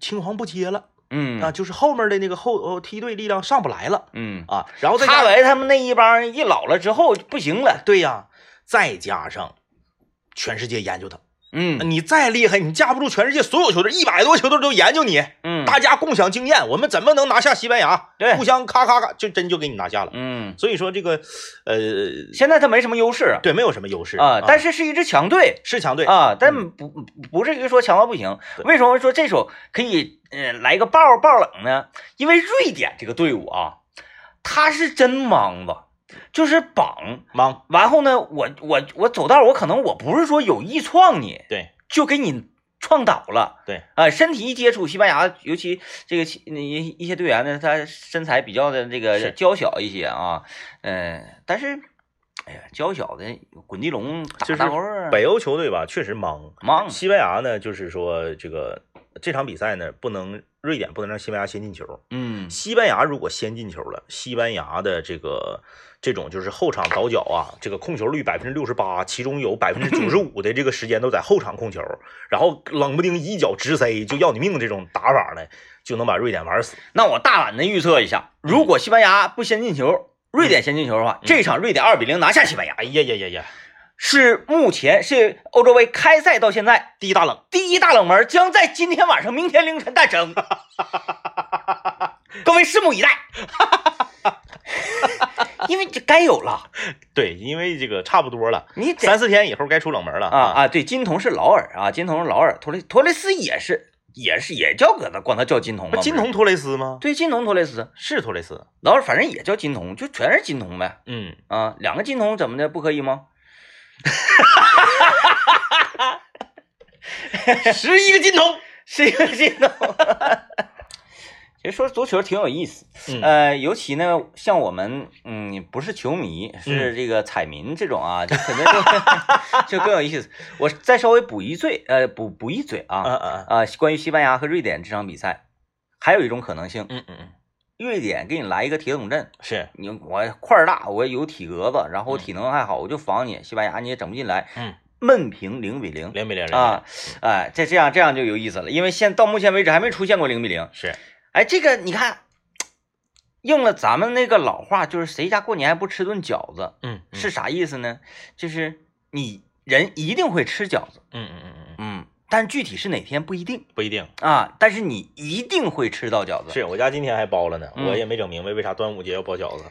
Speaker 2: 青黄不接了啊，
Speaker 1: 嗯
Speaker 2: 就是后面的那个后呃梯队力量上不来了
Speaker 1: 嗯，
Speaker 2: 啊，然后再
Speaker 1: 哈
Speaker 2: 加
Speaker 1: 维他们那一帮人一老了之后就不行了，
Speaker 2: 对呀、再加上全世界研究他。
Speaker 1: 嗯
Speaker 2: 你再厉害，你架不住全世界所有球队一百多球队都研究你，
Speaker 1: 嗯，
Speaker 2: 大家共享经验，我们怎么能拿下西班牙？
Speaker 1: 对
Speaker 2: 互相咔咔咔，就真就给你拿下了。
Speaker 1: 嗯，
Speaker 2: 所以说这个，呃，
Speaker 1: 现在他没什么优势啊
Speaker 2: 对，没有什么优势
Speaker 1: 啊，但
Speaker 2: 是
Speaker 1: 是是一支强队
Speaker 2: 是强队，
Speaker 1: 啊，但
Speaker 2: 嗯
Speaker 1: 不不至于说强到不行。
Speaker 2: 对
Speaker 1: 为什么说这手可以呃来个爆爆冷呢？因为瑞典这个队伍啊，他是真莽子，就是绑。
Speaker 2: 忙，
Speaker 1: 然后呢，我我我走道，我可能我不是说有意撞你，
Speaker 2: 对，
Speaker 1: 就给你撞倒了。
Speaker 2: 对，
Speaker 1: 啊、身体一接触，西班牙尤其这个西那一一些队员呢，他身材比较的这个
Speaker 2: 是
Speaker 1: 娇小一些啊，嗯、但是，哎呀，娇小的滚地龙打
Speaker 2: 就是
Speaker 1: 大高儿
Speaker 2: 北欧球队吧，确实忙。
Speaker 1: 忙，
Speaker 2: 西班牙呢，就是说这个这场比赛呢，不能瑞典不能让西班牙先进球。
Speaker 1: 嗯
Speaker 2: 西班牙如果先进球了，西班牙的这个这种就是后场倒脚啊，这个控球率百分之六十八，其中有百分之九十五的这个时间都在后场控球，然后冷不丁一脚直塞就要你命这种打法呢，就能把瑞典玩死。
Speaker 1: 那我大胆的预测一下，如
Speaker 2: 嗯
Speaker 1: 果西班牙不先进球，瑞典先进球的话，这场瑞典二比零拿下西班牙，
Speaker 2: 哎呀呀呀呀，
Speaker 1: 是目前是欧洲杯开赛到现在
Speaker 2: 第一大冷，
Speaker 1: 第一大冷门将在今天晚上、明天凌晨诞生。各位拭目
Speaker 2: [LAUGHS]
Speaker 1: 以待，因为这该有了。
Speaker 2: 对，因为这个差不多了，
Speaker 1: 你得
Speaker 2: 三四天以后该出冷门了
Speaker 1: 啊啊，对，金童是劳尔啊，金童是劳尔，托雷托雷斯也是也是也叫搁他管他叫金童
Speaker 2: 不
Speaker 1: 嘛。
Speaker 2: 金
Speaker 1: 不
Speaker 2: 童
Speaker 1: 是
Speaker 2: 托雷斯吗？
Speaker 1: 对金童托雷斯，
Speaker 2: 是托雷斯，
Speaker 1: 劳尔反正也叫金童，就全是金童呗
Speaker 2: 嗯，
Speaker 1: 啊，两个金童怎么的不可以吗？
Speaker 2: 十一个金童，
Speaker 1: 是一个金童。 [LAUGHS] 其实说足球挺有意思，
Speaker 2: 嗯
Speaker 1: 呃，尤其呢，像我们，嗯，不是球迷，是这个彩民这种啊，就肯定就 [LAUGHS] 就更有意思。我再稍微补一嘴，呃，补补一嘴
Speaker 2: 啊
Speaker 1: 啊，
Speaker 2: 啊啊，
Speaker 1: 啊，关于西班牙和瑞典这场比赛，还有一种可能性，
Speaker 2: 嗯嗯嗯，
Speaker 1: 瑞典给你来一个铁桶阵，
Speaker 2: 是，
Speaker 1: 你我块儿大，我有体格子，然后我体能还好，我就防你，西班牙你也整不进来，
Speaker 2: 嗯，
Speaker 1: 闷平零比零。
Speaker 2: 零比零零比零
Speaker 1: 啊，哎，这这样这样就有意思了，因为现到目前为止还没出现过零比零。
Speaker 2: 是，
Speaker 1: 哎，这个你看，应了咱们那个老话，就是谁家过年还不吃顿饺子，
Speaker 2: 嗯，嗯
Speaker 1: 是啥意思呢？就是你人一定会吃饺子，
Speaker 2: 嗯嗯嗯嗯嗯，
Speaker 1: 嗯，但具体是哪天不一定
Speaker 2: 不一定。
Speaker 1: 啊，但是你一定会吃到饺子。
Speaker 2: 是我家今天还包了呢，
Speaker 1: 嗯
Speaker 2: 我也没整明白为啥端午节要包饺子。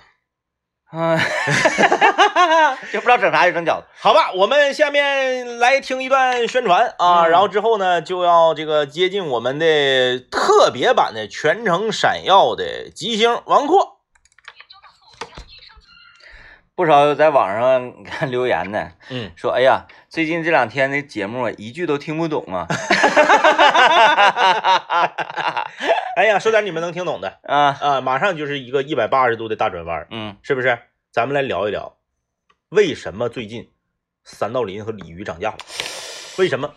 Speaker 1: 啊， [LAUGHS] 就不知道整啥就整饺子。
Speaker 2: 好吧，我们下面来听一段宣传啊，
Speaker 1: 嗯
Speaker 2: 然后之后呢就要这个接近我们的特别版的全程闪耀的吉星王阔。
Speaker 1: 不少在网上看留言呢，
Speaker 2: 嗯，
Speaker 1: 说哎呀，最近这两天的节目啊一句都听不懂啊。
Speaker 2: 哎呀，说点你们能听懂的
Speaker 1: 啊，
Speaker 2: 啊，马上就是一个一百八十度的大转弯，
Speaker 1: 嗯
Speaker 2: 是不是？咱们来聊一聊，为什么最近三道林和鲤鱼涨价了？为什么？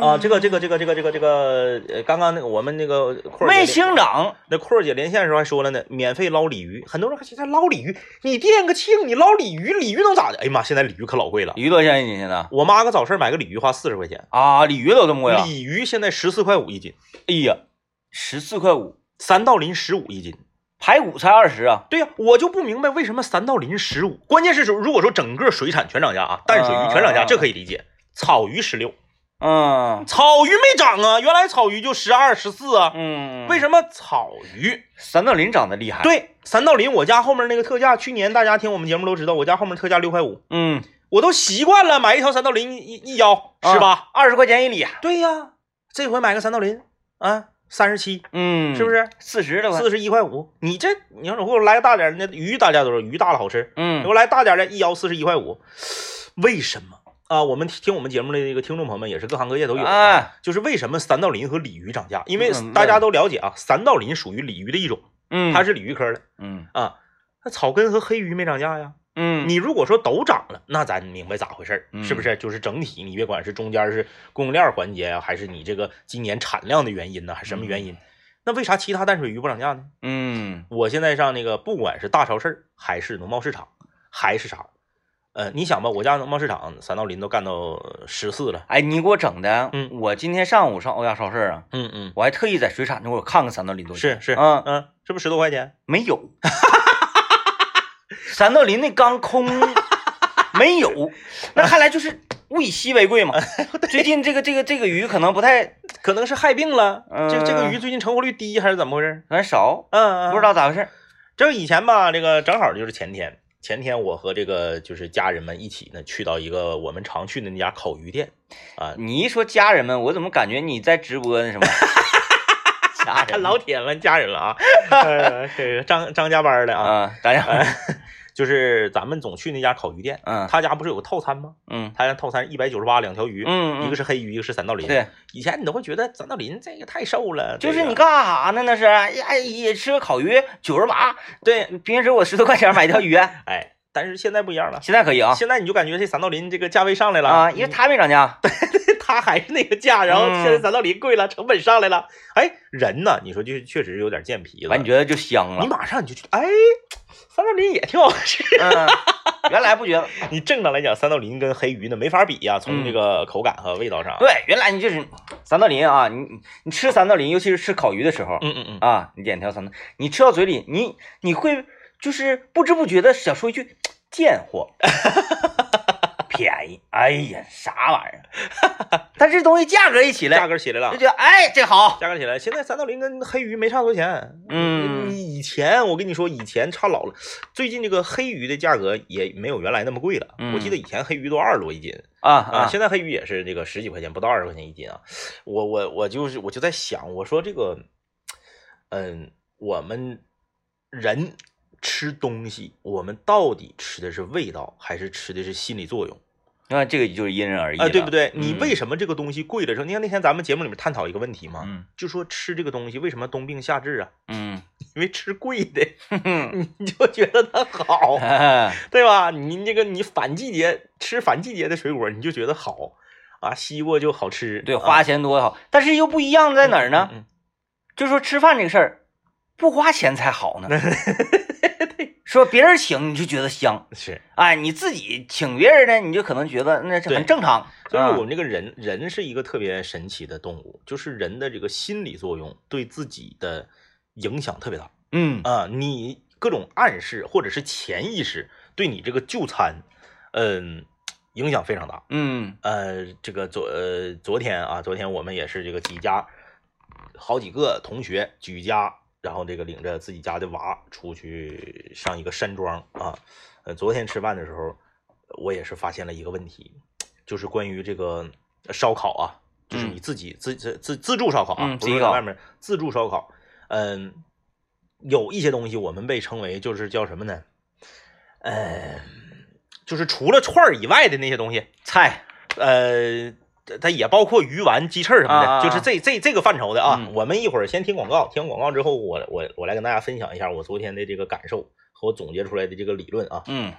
Speaker 2: 啊，这个这个这个这个这个这个，呃，刚刚那个我们那个阔儿姐
Speaker 1: 魏
Speaker 2: 那
Speaker 1: 星长，
Speaker 2: 那阔儿姐连线的时候还说了呢，免费捞鲤鱼，很多人还现在捞鲤鱼，你电个庆，你捞鲤鱼，鲤鱼能咋的？哎呀妈，现在鲤鱼可老贵了，
Speaker 1: 鱼多少钱一斤现在？
Speaker 2: 我妈个早市买个鲤鱼花四十块钱，
Speaker 1: 啊，鲤鱼都这么贵啊！
Speaker 2: 鲤鱼现在十四块五一斤，
Speaker 1: 哎呀，十四块五，
Speaker 2: 三道鳞十五一斤。
Speaker 1: 排骨才二十啊！
Speaker 2: 对呀、我就不明白为什么三道鳞十五，关键是说如果说整个水产全涨价啊，淡水鱼全涨
Speaker 1: 啊啊啊
Speaker 2: 价，这可以理解。草鱼十六，
Speaker 1: 嗯
Speaker 2: 草鱼没涨啊，原来草鱼就十二、十四啊，
Speaker 1: [LAUGHS] 嗯哎
Speaker 2: 为
Speaker 1: 为什么
Speaker 2: 什么草鱼
Speaker 1: 三道林长得厉害？，
Speaker 2: 对，三道林，我家后面那个特价，去年大家听我们节目都知道，我家后面特价六块五，
Speaker 1: 嗯，
Speaker 2: 我都习惯了买一条三道林一一一腰是吧？
Speaker 1: 二十块钱一里，
Speaker 2: 啊
Speaker 1: 啊
Speaker 2: 对呀，这回买个三道林啊，三十七
Speaker 1: 嗯
Speaker 2: 是不？是？
Speaker 1: 四十的
Speaker 2: 四十一块五，你这你要是给我来个大点儿的，那鱼大家都说鱼大了好吃，
Speaker 1: 嗯
Speaker 2: 给我来大点儿的，一腰四十一块五，为什么？啊，我们听我们节目的这个听众朋友们也是各行各业都有啊，
Speaker 1: 哎
Speaker 2: 就是为什么三道鳞和鲤鱼涨价？因为
Speaker 1: 嗯
Speaker 2: 大家都了解啊，三道鳞属于鲤鱼的一种，
Speaker 1: 嗯，
Speaker 2: 它是鲤鱼科的，
Speaker 1: 嗯
Speaker 2: 啊，那草根和黑鱼没涨价呀。
Speaker 1: 嗯，
Speaker 2: 你如果说都涨了，那咱明白咋回事
Speaker 1: 嗯
Speaker 2: 儿，是不是？就是整体，你别管是中间是供应链环节呀、还是你这个今年产量的原因呢，还是什么原因？那为啥其他淡水鱼不涨价呢？
Speaker 1: 嗯
Speaker 2: 我现在上那个，不管是大超市儿还是农贸市场，还是啥，呃，你想吧，我家农贸市场三道林都干到十四了，
Speaker 1: 哎，你给我整的，
Speaker 2: 嗯
Speaker 1: 我今天上午上欧亚超市啊，
Speaker 2: 嗯嗯，
Speaker 1: 我还特意在水产那块儿看看三道林多少
Speaker 2: 是
Speaker 1: 钱，
Speaker 2: 是，
Speaker 1: 嗯，
Speaker 2: 嗯，是不是十多块钱？
Speaker 1: 没有， [LAUGHS]
Speaker 2: [LAUGHS]
Speaker 1: 三道林那缸空，没有，那看来就是物以稀为贵
Speaker 2: [LAUGHS]
Speaker 1: 嘛。最近这个这个这个鱼可能不太，
Speaker 2: 可能是害病了，这这个
Speaker 1: 嗯
Speaker 2: 鱼最近成活率低还是怎么回事？
Speaker 1: 有点少，
Speaker 2: 嗯，嗯
Speaker 1: 不知。道咋回事。
Speaker 2: 就是以前吧，这个正好就是前天，前天我和这个就是家人们一起呢，去到一个我们常去的那家烤鱼店啊，
Speaker 1: 你一说家人们，我怎么感觉你在直播呢？
Speaker 2: [LAUGHS]
Speaker 1: 什么？家人们
Speaker 2: 老铁们家人了啊， [LAUGHS] 哎呀这个张张家班的啊，
Speaker 1: 啊，咱俩，
Speaker 2: 就是咱们总去那家烤鱼店，
Speaker 1: 嗯
Speaker 2: 他家不是有个套餐吗？
Speaker 1: 嗯
Speaker 2: 他家套餐一百九十八两条鱼，
Speaker 1: 嗯，
Speaker 2: 一个
Speaker 1: 是
Speaker 2: 是黑鱼，一个是三道鳞。，
Speaker 1: 对，
Speaker 2: 以前你都会觉得三道鳞这个太瘦了，
Speaker 1: 就是
Speaker 2: 这
Speaker 1: 你
Speaker 2: 个
Speaker 1: 干啥呢？那是，哎呀，也吃个烤鱼九十八，
Speaker 2: 对，
Speaker 1: 平时我十多块钱买条鱼，
Speaker 2: 哎，但是现在不一样了。
Speaker 1: 现在可
Speaker 2: [LAUGHS]
Speaker 1: 以啊
Speaker 2: 现在你就感觉这三道鳞这个价位上来了嗯
Speaker 1: 啊，因为它没涨价，
Speaker 2: [LAUGHS] 它还是那个价，然后
Speaker 1: 嗯
Speaker 2: 现在三道鳞贵了，成本上来了，哎，人呢？你说就是确实有点贱皮子。
Speaker 1: 完你觉得就香
Speaker 2: 你 [LAUGHS]
Speaker 1: 了，
Speaker 2: 马上你就觉得，哎，三道鳞也挺好吃。 [LAUGHS]
Speaker 1: 嗯，原来不觉得，
Speaker 2: 你正常来讲，三道鳞跟黑鱼呢没法比呀、
Speaker 1: 嗯
Speaker 2: 从这个口感和味道上。
Speaker 1: 对，原来你就是三道鳞啊，你你你吃三道鳞，尤其是吃烤鱼的时候
Speaker 2: 嗯嗯嗯，
Speaker 1: 啊，你点条三道，你吃到嘴里，你你会就是不知不觉的想说一句贱
Speaker 2: [LAUGHS]
Speaker 1: 货，便宜，哎呀，啥玩意儿？但这东西价格一起
Speaker 2: 价
Speaker 1: 来，
Speaker 2: 格起来了
Speaker 1: 就。觉得哎，这好，
Speaker 2: 价格起来，现在三道鳞跟黑鱼没差多少钱。
Speaker 1: 嗯
Speaker 2: 以前我跟你说，以前差老了。最近这个黑鱼的价格也没有原来那么贵了。
Speaker 1: 嗯
Speaker 2: 我记得以前黑鱼都二十多一斤
Speaker 1: 啊
Speaker 2: 啊，
Speaker 1: 啊，
Speaker 2: 现在黑鱼也是这个十几块钱，不到二十块钱一斤啊。我我我就是我就在想，我说这个，嗯，我们人吃东西，我们到底吃的是味道，还是吃的是心理作用？
Speaker 1: 那这个就是因人而异
Speaker 2: 啊、
Speaker 1: 了，
Speaker 2: 对不对？你
Speaker 1: 嗯
Speaker 2: 为什么这个东西贵了之后，你看那天咱们节目里面探讨一个问题嘛，
Speaker 1: 嗯
Speaker 2: 就说吃这个东西为什么冬病夏治啊？
Speaker 1: 嗯，
Speaker 2: 因为吃贵的， [LAUGHS]
Speaker 1: 哼哼
Speaker 2: 你就觉得它好，
Speaker 1: 哎
Speaker 2: 对吧？你这个你反季节吃反季节的水果，你就觉得好啊，西瓜就好吃，
Speaker 1: [LAUGHS] 对，
Speaker 2: 啊
Speaker 1: 花钱多好，但是又不一样在哪儿呢？
Speaker 2: 嗯
Speaker 1: 就说吃饭这个事儿，不花钱才好
Speaker 2: [LAUGHS]
Speaker 1: 呢。说别人请你就觉得香，
Speaker 2: 嗯是，
Speaker 1: 哎，你自己请别人呢，你就可能觉得那是
Speaker 2: 对
Speaker 1: 很正常。
Speaker 2: 所以
Speaker 1: 啊
Speaker 2: 我们这个人，人是一个特别神奇的动物，就是人的这个心理作用对自己的影响特别大
Speaker 1: 嗯
Speaker 2: 啊、你各种暗示或者是潜意识对你这个就餐，嗯、影响非常大。
Speaker 1: 嗯
Speaker 2: 呃，这个昨呃昨天啊，昨天我们也是这个几家好几个同学举家，然后这个领着自己家的娃出去上一个山庄啊。呃，昨天吃饭的时候，我也是发现了一个问题，就是关于这个烧烤啊，就是
Speaker 1: 嗯
Speaker 2: 你自己、自自自自助烧烤啊，
Speaker 1: 嗯自
Speaker 2: 不是
Speaker 1: 己
Speaker 2: 在
Speaker 1: 搞
Speaker 2: 外面自助烧烤。嗯，有一些东西我们被称为就是叫什么呢？呃，就是除了串儿以外的那些东西，
Speaker 1: 菜
Speaker 2: 呃，它它也包括鱼丸、鸡翅什么的，
Speaker 1: 啊啊啊
Speaker 2: 就是这这这个范畴的啊。
Speaker 1: 嗯
Speaker 2: 我们一会儿先听广告，听完广告之后我，我我来跟大家分享一下我昨天的这个感受和我总结出来的这个理论啊。
Speaker 1: 嗯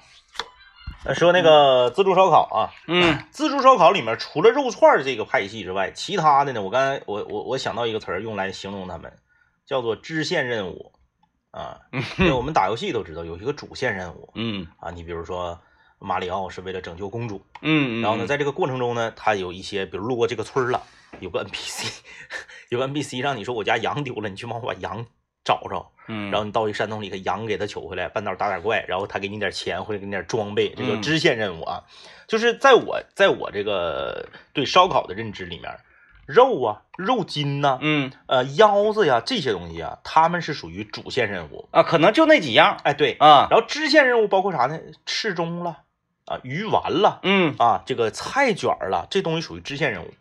Speaker 2: 呃说那个自助烧烤啊，
Speaker 1: 嗯
Speaker 2: 自助烧烤里面除了肉串儿这个派系之外，其他的呢，我刚才我我我想到一个词儿用来形容他们，叫做支线任务
Speaker 1: [LAUGHS]
Speaker 2: 啊。因为我们打游戏都知道有一个主线任务
Speaker 1: 嗯
Speaker 2: 啊，你比如说马里奥是为了拯救公主。
Speaker 1: 嗯，
Speaker 2: 然后呢，
Speaker 1: 再
Speaker 2: 在这个过程中呢，他有一些，比如路过这个村儿了，有个 NPC，有 [LAUGHS] 个 NPC 让你说我家羊丢了，你去帮我把羊找着，
Speaker 1: 嗯，
Speaker 2: 然后你到一山洞里，给羊给他取回来，半道打点怪，然后他给你点钱或者给你点装备，这叫
Speaker 1: 嗯
Speaker 2: 支线任务啊。就是在我在我这个对烧烤的认知里面，肉啊、肉筋呐、
Speaker 1: 嗯
Speaker 2: 呃腰子呀这些东西啊，他们是属于主线任务。
Speaker 1: 啊，可能就那几样
Speaker 2: 哎，对，
Speaker 1: 啊，
Speaker 2: 然后支线任务包括啥呢？翅中了啊，鱼丸了。
Speaker 1: 嗯
Speaker 2: 啊，这个菜卷儿了，这东西属于支线任务。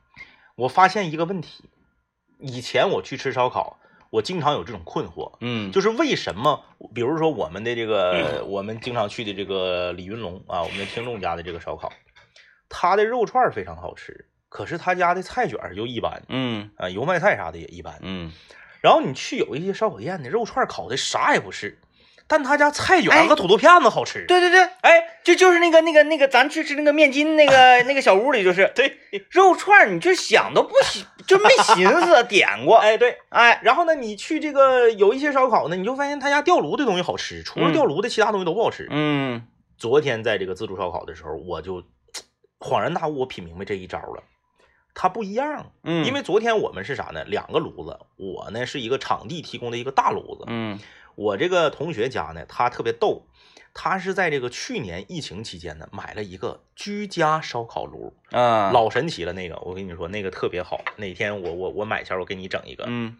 Speaker 2: 我发现一个问题，以前我去吃烧烤，我经常有这种困惑，
Speaker 1: 嗯，
Speaker 2: 就是为什么，比如说我们的这个，我们经常去的这个李云龙啊，我们的听众家的这个烧烤，他的肉串儿非常好吃，可是他家的菜卷儿就一般，
Speaker 1: 嗯
Speaker 2: 啊，油麦菜啥的也一般。
Speaker 1: 嗯，
Speaker 2: 然后你去有一些烧烤店的肉串儿烤的啥也不是，但他家菜卷儿
Speaker 1: 哎
Speaker 2: 和土豆片子好吃。
Speaker 1: 对对对，
Speaker 2: 哎，
Speaker 1: 就就是那个那个那个，咱去吃那个面筋那个那个小屋里，就是
Speaker 2: 对，
Speaker 1: 肉串儿，你就想都不想，就没寻思点过。
Speaker 2: 哎对，
Speaker 1: 哎，
Speaker 2: 然后呢，你去这个有一些烧烤呢，你就发现他家吊炉的东西好吃，除了
Speaker 1: 嗯
Speaker 2: 吊炉的，其他东西都不好吃。
Speaker 1: 嗯
Speaker 2: 昨天在这个自助烧烤的时候，我就恍然大悟，我品明白这一招了，它不一样。
Speaker 1: 嗯，
Speaker 2: 因为昨天我们是啥呢？两个炉子，我呢是一个场地提供的一个大炉子，
Speaker 1: 嗯
Speaker 2: 我这个同学家呢，他特别逗，他是在这个去年疫情期间呢，买了一个居家烧烤炉，
Speaker 1: 啊，
Speaker 2: 老神奇了。那个我跟你说，那个特别好。哪天我我我买下，我给你整一个，
Speaker 1: 嗯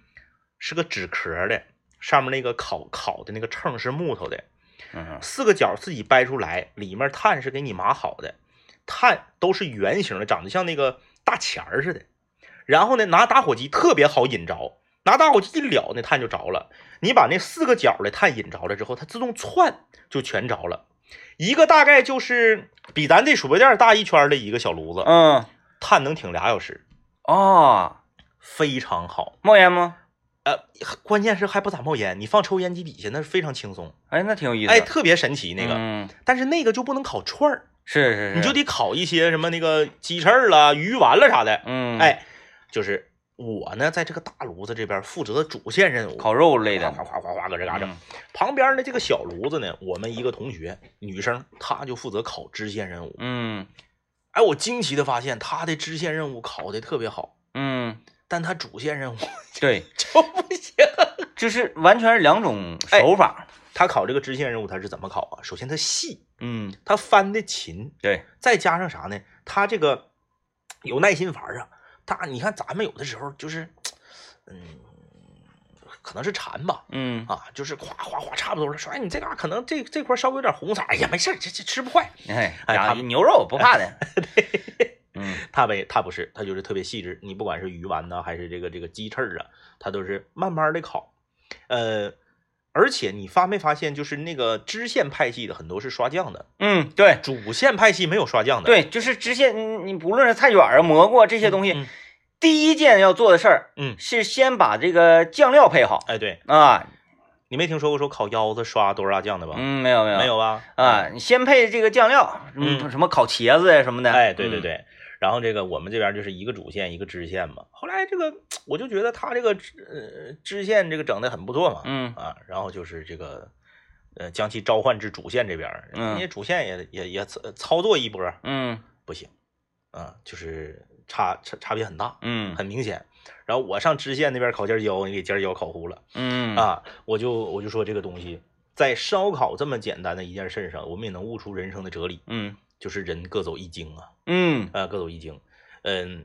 Speaker 2: 是个纸壳的，上面那个烤烤的那个秤是木头的，
Speaker 1: 嗯
Speaker 2: 四个角自己掰出来，里面碳是给你码好的，碳都是圆形的，长得像那个大钱儿似的。然后呢，拿打火机特别好引着，拿打火机一燎，那碳就着了。你把那四个角的碳引着了之后，它自动窜就全着了。一个大概就是比咱这鼠标垫大一圈的一个小炉子，
Speaker 1: 嗯，
Speaker 2: 碳能挺俩小时，
Speaker 1: 哦，
Speaker 2: 非常好。
Speaker 1: 冒烟吗？
Speaker 2: 呃，关键是还不咋冒烟，你放抽烟机底下那是非常轻松，
Speaker 1: 哎，那挺有意思的。
Speaker 2: 哎，特别神奇那个。
Speaker 1: 嗯，
Speaker 2: 但是那个就不能烤串儿，
Speaker 1: 是是是，
Speaker 2: 你就得烤一些什么那个鸡翅儿啦、鱼丸了啥的。
Speaker 1: 嗯，，
Speaker 2: 哎，就是我呢，在这个大炉子这边负责主线任务，
Speaker 1: 烤肉类
Speaker 2: 哗
Speaker 1: 的，
Speaker 2: 哗哗哗哗搁这嘎整
Speaker 1: 嗯。
Speaker 2: 旁边的这个小炉子呢，我们一个同学女生，她就负责烤支线任务。
Speaker 1: 嗯
Speaker 2: 哎，我惊奇的发现她的支线任务烤的特别好，
Speaker 1: 嗯，
Speaker 2: 但她主线任务 [LAUGHS]
Speaker 1: 对，
Speaker 2: 就不行。
Speaker 1: 就是完全是两种
Speaker 2: 哎
Speaker 1: 手法。
Speaker 2: 她烤这个支线任务，她是怎么烤啊？首先她细，
Speaker 1: 嗯，
Speaker 2: 她翻的勤，
Speaker 1: 对，
Speaker 2: 再加上啥呢？他这个有耐心玩儿啊，他你看咱们有的时候就是，嗯，可能是馋吧，
Speaker 1: 嗯，
Speaker 2: 啊，就是夸夸夸差不多了，说哎你这嘎、可能这这块稍微有点红色，哎呀没事儿，这这吃不坏。
Speaker 1: 哎，
Speaker 2: 哎
Speaker 1: 羊
Speaker 2: 他们
Speaker 1: 牛肉不怕 [LAUGHS] 的。嗯
Speaker 2: 他没他不是，他就是特别细致，你不管是鱼丸呐、还是这个这个鸡翅儿啊，他都是慢慢的烤，呃。而且你发没发现，就是那个支线派系的很多是刷酱的，
Speaker 1: 嗯，对
Speaker 2: 主线派系没有刷酱的。
Speaker 1: 对，就是支线，你你不论是菜卷儿啊、蘑菇啊这些东西
Speaker 2: 嗯，
Speaker 1: 第一件要做的事儿
Speaker 2: 嗯，
Speaker 1: 是先把这个酱料配好
Speaker 2: 哎，对
Speaker 1: 啊。
Speaker 2: 你没听说过说烤腰子刷多少辣酱的吧？
Speaker 1: 嗯，没有没有
Speaker 2: 没有吧？
Speaker 1: 啊，你先配这个酱料，嗯，
Speaker 2: 嗯
Speaker 1: 什么烤茄子呀什么的。
Speaker 2: 哎，对对
Speaker 1: 嗯，
Speaker 2: 对。然后这个我们这边就是一个主线一个支线嘛。后来这个我就觉得他这个支呃支线这个整的很不错嘛，
Speaker 1: 嗯
Speaker 2: 啊，然后就是这个呃将其召唤至主线这边儿，
Speaker 1: 嗯
Speaker 2: 人家主线也也也操操作一波儿
Speaker 1: 嗯
Speaker 2: 不行，啊，就是差差差别很大，
Speaker 1: 嗯
Speaker 2: 很明显。然后我上支线那边烤尖椒，你给尖椒烤糊了
Speaker 1: 嗯
Speaker 2: 啊，我就我就说这个东西在烧烤这么简单的一件事上，我们也能悟出人生的哲理，
Speaker 1: 嗯
Speaker 2: 就是人各走一经啊。
Speaker 1: 嗯
Speaker 2: 啊，各走一经。嗯，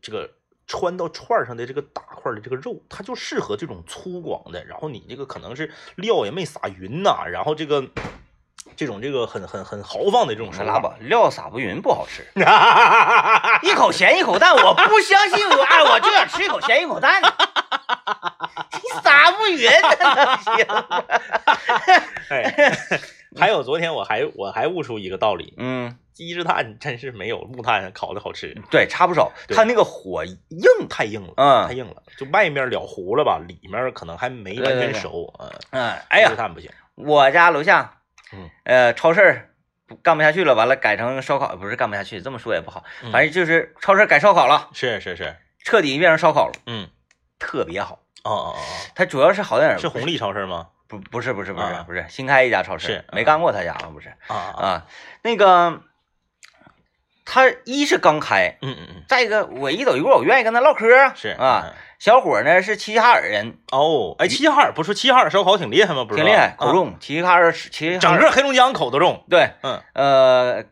Speaker 2: 这个穿到串儿上的这个大块儿的这个肉，它就适合这种粗犷的。然后你这个可能是料也没撒匀呐、然后这个这种这个很很很豪放的这种
Speaker 1: 说
Speaker 2: 手
Speaker 1: 拉
Speaker 2: 法。
Speaker 1: 吧，料撒不匀不好 [LAUGHS] 吃，
Speaker 2: 吧，
Speaker 1: 一口咸一口淡，我不相信我，哎，我就想吃一口咸一口淡的， [LAUGHS] 你撒不匀那能行？
Speaker 2: 哎， [LAUGHS] 还有昨天我还我还悟出一个道理，
Speaker 1: 嗯，
Speaker 2: 鸡翅炭真是没有木炭烤的好吃，
Speaker 1: 对，差不少，
Speaker 2: 对
Speaker 1: 它那个火，
Speaker 2: 硬太硬了，太
Speaker 1: 嗯
Speaker 2: 硬了，就外面燎糊了吧，里面可能还没完
Speaker 1: 对对
Speaker 2: 全
Speaker 1: 对
Speaker 2: 熟，嗯，
Speaker 1: 嗯，哎
Speaker 2: 鸡翅
Speaker 1: 呀，
Speaker 2: 炭不行，
Speaker 1: 我家楼下
Speaker 2: 嗯，
Speaker 1: 呃，超市儿不干不下去了，完了改成烧烤，不是干不下去，这么说也不好，
Speaker 2: 嗯
Speaker 1: 反正就是超市改烧烤了，
Speaker 2: 是是是，
Speaker 1: 彻底变成烧烤了，
Speaker 2: 嗯，
Speaker 1: 特别好。
Speaker 2: 哦哦哦哦。
Speaker 1: 它主要是好在哪儿？
Speaker 2: 是红利超市吗？
Speaker 1: 不不是不是不是
Speaker 2: 啊
Speaker 1: 不是新开一家超市，
Speaker 2: 是
Speaker 1: 没
Speaker 2: 啊
Speaker 1: 干过他家吗？不是
Speaker 2: 啊啊！
Speaker 1: 啊，那个他一是刚开，
Speaker 2: 嗯嗯嗯，
Speaker 1: 再一个我一走一过，我愿意跟他唠嗑啊。
Speaker 2: 是
Speaker 1: 啊，
Speaker 2: 嗯
Speaker 1: 小伙呢是齐齐哈尔人，
Speaker 2: 哦，哎，齐齐哈尔不是说齐齐哈尔烧烤挺厉害吗？不是
Speaker 1: 挺
Speaker 2: 吧，
Speaker 1: 厉害，
Speaker 2: 啊
Speaker 1: 口重，齐齐哈尔齐齐哈
Speaker 2: 整
Speaker 1: 尔
Speaker 2: 个黑龙江口都重。
Speaker 1: 对，
Speaker 2: 嗯
Speaker 1: 呃，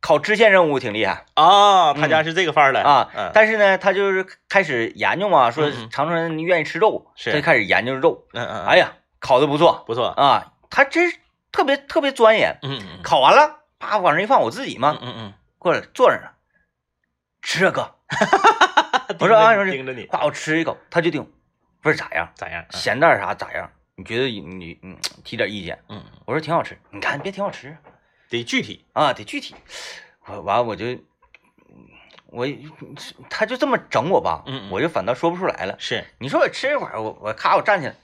Speaker 1: 考支线任务挺厉害
Speaker 2: 啊，他家是这个范儿的
Speaker 1: [LAUGHS] 啊，
Speaker 2: 嗯
Speaker 1: 但是呢，他就是开始研究嘛，说
Speaker 2: 嗯嗯
Speaker 1: 长春人愿意吃肉，
Speaker 2: 是
Speaker 1: 他就开始研究肉，
Speaker 2: 嗯嗯，
Speaker 1: 哎
Speaker 2: 呀，
Speaker 1: 呀，烤的不错
Speaker 2: 不错。
Speaker 1: 啊，他真是特别特别钻研，
Speaker 2: 嗯嗯
Speaker 1: 烤完了，啪往那一放，我自己嘛。
Speaker 2: 嗯嗯
Speaker 1: 过来坐那儿，吃啊哥，
Speaker 2: 嗯，
Speaker 1: [LAUGHS] 不是啊
Speaker 2: 盯着
Speaker 1: 不
Speaker 2: 你
Speaker 1: 是
Speaker 2: 盯着你
Speaker 1: 夸我吃一口，他就顶，不是咋样，
Speaker 2: 咋样？嗯
Speaker 1: 咸淡啥咋样？你觉得你你嗯提点意见？
Speaker 2: 嗯，嗯
Speaker 1: 我说挺好吃，你看别挺好吃
Speaker 2: 得具体。
Speaker 1: 啊，得具体。我完我就我他就这么整我吧，
Speaker 2: 嗯嗯
Speaker 1: 我就反倒说不出来了。
Speaker 2: 是
Speaker 1: 你说我吃一会儿，我我咔我站起来，